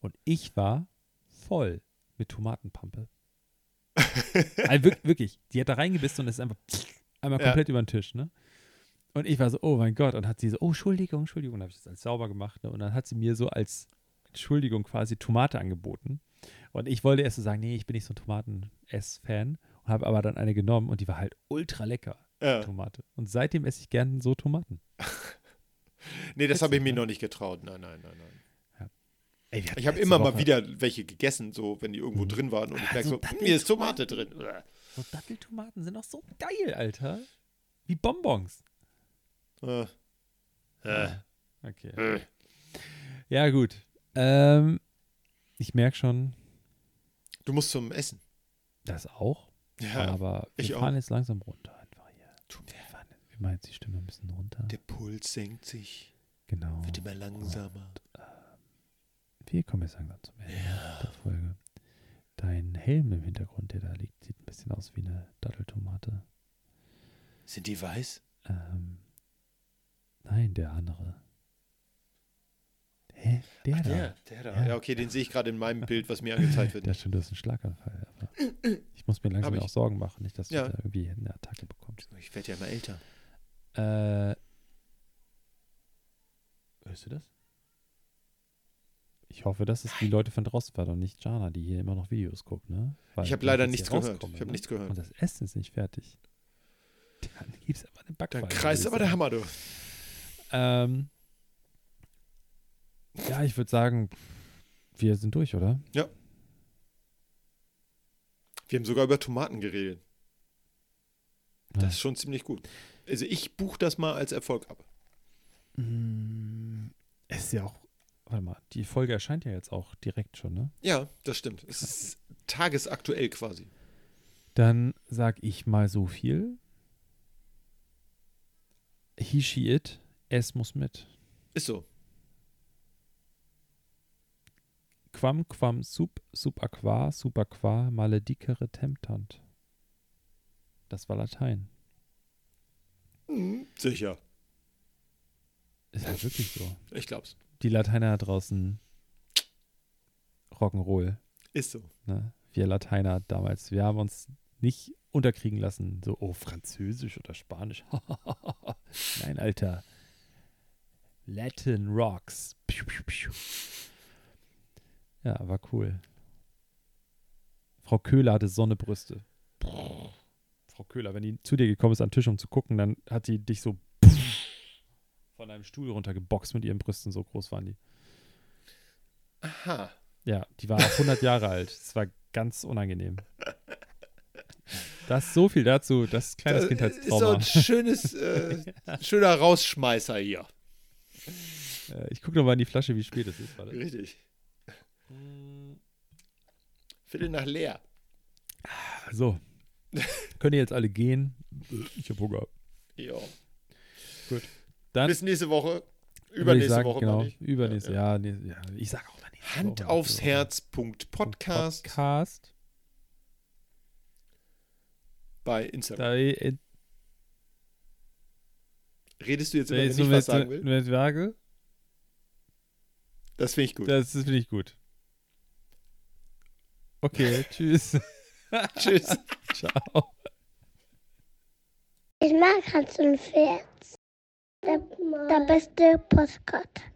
[SPEAKER 3] Und ich war voll mit Tomatenpampe. also wirklich, wirklich, die hat da reingebissen und ist einfach einmal
[SPEAKER 2] Ja.
[SPEAKER 3] komplett über den Tisch, ne? Und ich war so, oh mein Gott, und hat sie so, oh, Entschuldigung, Entschuldigung, und habe ich das alles sauber gemacht, ne? Und dann hat sie mir so als Entschuldigung quasi Tomate angeboten. Und ich wollte erst so sagen, nee, ich bin nicht so ein Tomaten-Ess-Fan, und habe aber dann eine genommen und die war halt ultra lecker,
[SPEAKER 2] ja.
[SPEAKER 3] Tomate. Und seitdem esse ich gern so Tomaten.
[SPEAKER 2] Nee, das habe ich
[SPEAKER 3] Witzig,
[SPEAKER 2] mir
[SPEAKER 3] ne?
[SPEAKER 2] noch nicht getraut. Nein, nein, nein, nein.
[SPEAKER 3] Ey, wir hatten
[SPEAKER 2] Ich habe
[SPEAKER 3] letzte
[SPEAKER 2] immer mal
[SPEAKER 3] Woche
[SPEAKER 2] wieder welche gegessen, so wenn die irgendwo drin waren und ich merke Mhm. so, "Hm,
[SPEAKER 3] so
[SPEAKER 2] mir ist Tomate drin. Äh. Uah.
[SPEAKER 3] So Datteltomaten sind auch so geil, Alter. Wie Bonbons.
[SPEAKER 2] Äh, äh,
[SPEAKER 3] Okay.
[SPEAKER 2] äh.
[SPEAKER 3] Ja, gut. Ähm, ich merke schon,
[SPEAKER 2] Du musst zum Essen. das
[SPEAKER 3] das auch.
[SPEAKER 2] Ja,
[SPEAKER 3] aber wir
[SPEAKER 2] ich
[SPEAKER 3] fahren
[SPEAKER 2] auch.
[SPEAKER 3] jetzt langsam runter einfach hier.
[SPEAKER 2] tu mir-
[SPEAKER 3] Wir, fahren, wir machen jetzt die Stimme ein bisschen runter.
[SPEAKER 2] der Puls senkt sich,
[SPEAKER 3] genau.
[SPEAKER 2] wird immer langsamer.
[SPEAKER 3] Wir kommen jetzt langsam zum Ende der Folge. Dein Helm im Hintergrund, der da liegt, sieht ein bisschen aus wie eine Datteltomate.
[SPEAKER 2] Sind die weiß?
[SPEAKER 3] Ähm, nein, der andere. Hä? Der da.
[SPEAKER 2] Der, der da. Ja, okay, den sehe ich gerade in meinem Bild, was mir angezeigt wird.
[SPEAKER 3] Das stimmt, das ist ein Schlaganfall. Aber ich muss mir langsam
[SPEAKER 2] ich-
[SPEAKER 3] auch Sorgen machen, nicht, dass
[SPEAKER 2] Ja.
[SPEAKER 3] du da irgendwie eine Attacke bekommst.
[SPEAKER 2] Ich werde ja immer älter.
[SPEAKER 3] Äh, hörst du das? Ich hoffe, dass es die Leute von draußen waren und nicht Jana, die hier immer noch Videos guckt, ne? Weil
[SPEAKER 2] Ich habe
[SPEAKER 3] wenn
[SPEAKER 2] leider
[SPEAKER 3] jetzt
[SPEAKER 2] nichts
[SPEAKER 3] hier
[SPEAKER 2] gehört.
[SPEAKER 3] rauskomme,
[SPEAKER 2] Ich habe
[SPEAKER 3] ne?
[SPEAKER 2] nichts gehört.
[SPEAKER 3] Und das Essen ist nicht fertig. Dann gibt's aber eine Backpfeife.
[SPEAKER 2] Dann kreist aber
[SPEAKER 3] würde
[SPEAKER 2] der
[SPEAKER 3] ich
[SPEAKER 2] Hammer, du.
[SPEAKER 3] sagen. Ähm, ja, ich würde sagen, wir sind durch, oder?
[SPEAKER 2] Wir haben sogar über Tomaten geredet.
[SPEAKER 3] Ja.
[SPEAKER 2] Das ist schon ziemlich gut. Also ich buche das mal als Erfolg ab.
[SPEAKER 3] Mm, Es ist ja auch. Warte mal, die Folge erscheint ja jetzt auch direkt schon, ne?
[SPEAKER 2] Ja, das stimmt. Es ist tagesaktuell quasi.
[SPEAKER 3] Dann sag ich mal so viel. He, she, it. Es muss mit.
[SPEAKER 2] Ist so.
[SPEAKER 3] Quam, quam, sub, sub aqua, sub aqua, maledicere temptant. Das war Latein.
[SPEAKER 2] Mhm. Sicher.
[SPEAKER 3] Ist halt wirklich so.
[SPEAKER 2] Ich glaub's.
[SPEAKER 3] Die Lateiner da draußen. Rock'n'Roll.
[SPEAKER 2] Ist so.
[SPEAKER 3] Ne? Wir Lateiner damals, wir haben uns nicht unterkriegen lassen, so, oh, Französisch oder Spanisch. Nein, Alter. Latin Rocks. Piu, piu, piu. Ja, war cool. Frau Köhler hatte Sonnebrüste. Frau Köhler, wenn die zu dir gekommen ist am Tisch, um zu gucken, dann hat die dich so von einem Stuhl runtergeboxt mit ihren Brüsten, so groß waren die.
[SPEAKER 2] Aha.
[SPEAKER 3] Ja, die war auch 100 Jahre alt. Das war ganz unangenehm. Das so viel dazu, das kleines
[SPEAKER 2] Das
[SPEAKER 3] Kindheitstrauma.
[SPEAKER 2] Äh, Ist so ein schönes, äh, schöner Rausschmeißer hier.
[SPEAKER 3] Äh, ich gucke nochmal in die Flasche, wie spät es ist. Warte.
[SPEAKER 2] Richtig. Viertel nach leer.
[SPEAKER 3] So. Könnt ihr jetzt alle gehen? Ich habe Hunger.
[SPEAKER 2] Ja.
[SPEAKER 3] Dann
[SPEAKER 2] Bis nächste Woche.
[SPEAKER 3] würde ich
[SPEAKER 2] Übernächste
[SPEAKER 3] sagen,
[SPEAKER 2] Woche.
[SPEAKER 3] genau,
[SPEAKER 2] meine ich.
[SPEAKER 3] Übernächste, ja, nächste, ja, ich sage auch mal nächste
[SPEAKER 2] Hand
[SPEAKER 3] Woche.
[SPEAKER 2] aufs Herz. Punkt Podcast,
[SPEAKER 3] Podcast.
[SPEAKER 2] bei Instagram.
[SPEAKER 3] Da, äh,
[SPEAKER 2] Redest du jetzt
[SPEAKER 3] da
[SPEAKER 2] immer, wenn
[SPEAKER 3] ist
[SPEAKER 2] ich
[SPEAKER 3] so
[SPEAKER 2] was
[SPEAKER 3] mit,
[SPEAKER 2] sagen will?
[SPEAKER 3] mit Waage.
[SPEAKER 2] Das finde ich gut.
[SPEAKER 3] Das, das finde ich gut. Okay, tschüss.
[SPEAKER 2] Tschüss.
[SPEAKER 3] Ciao.
[SPEAKER 4] Ich mag Hans und Pferd. Der, der beste Postkarte.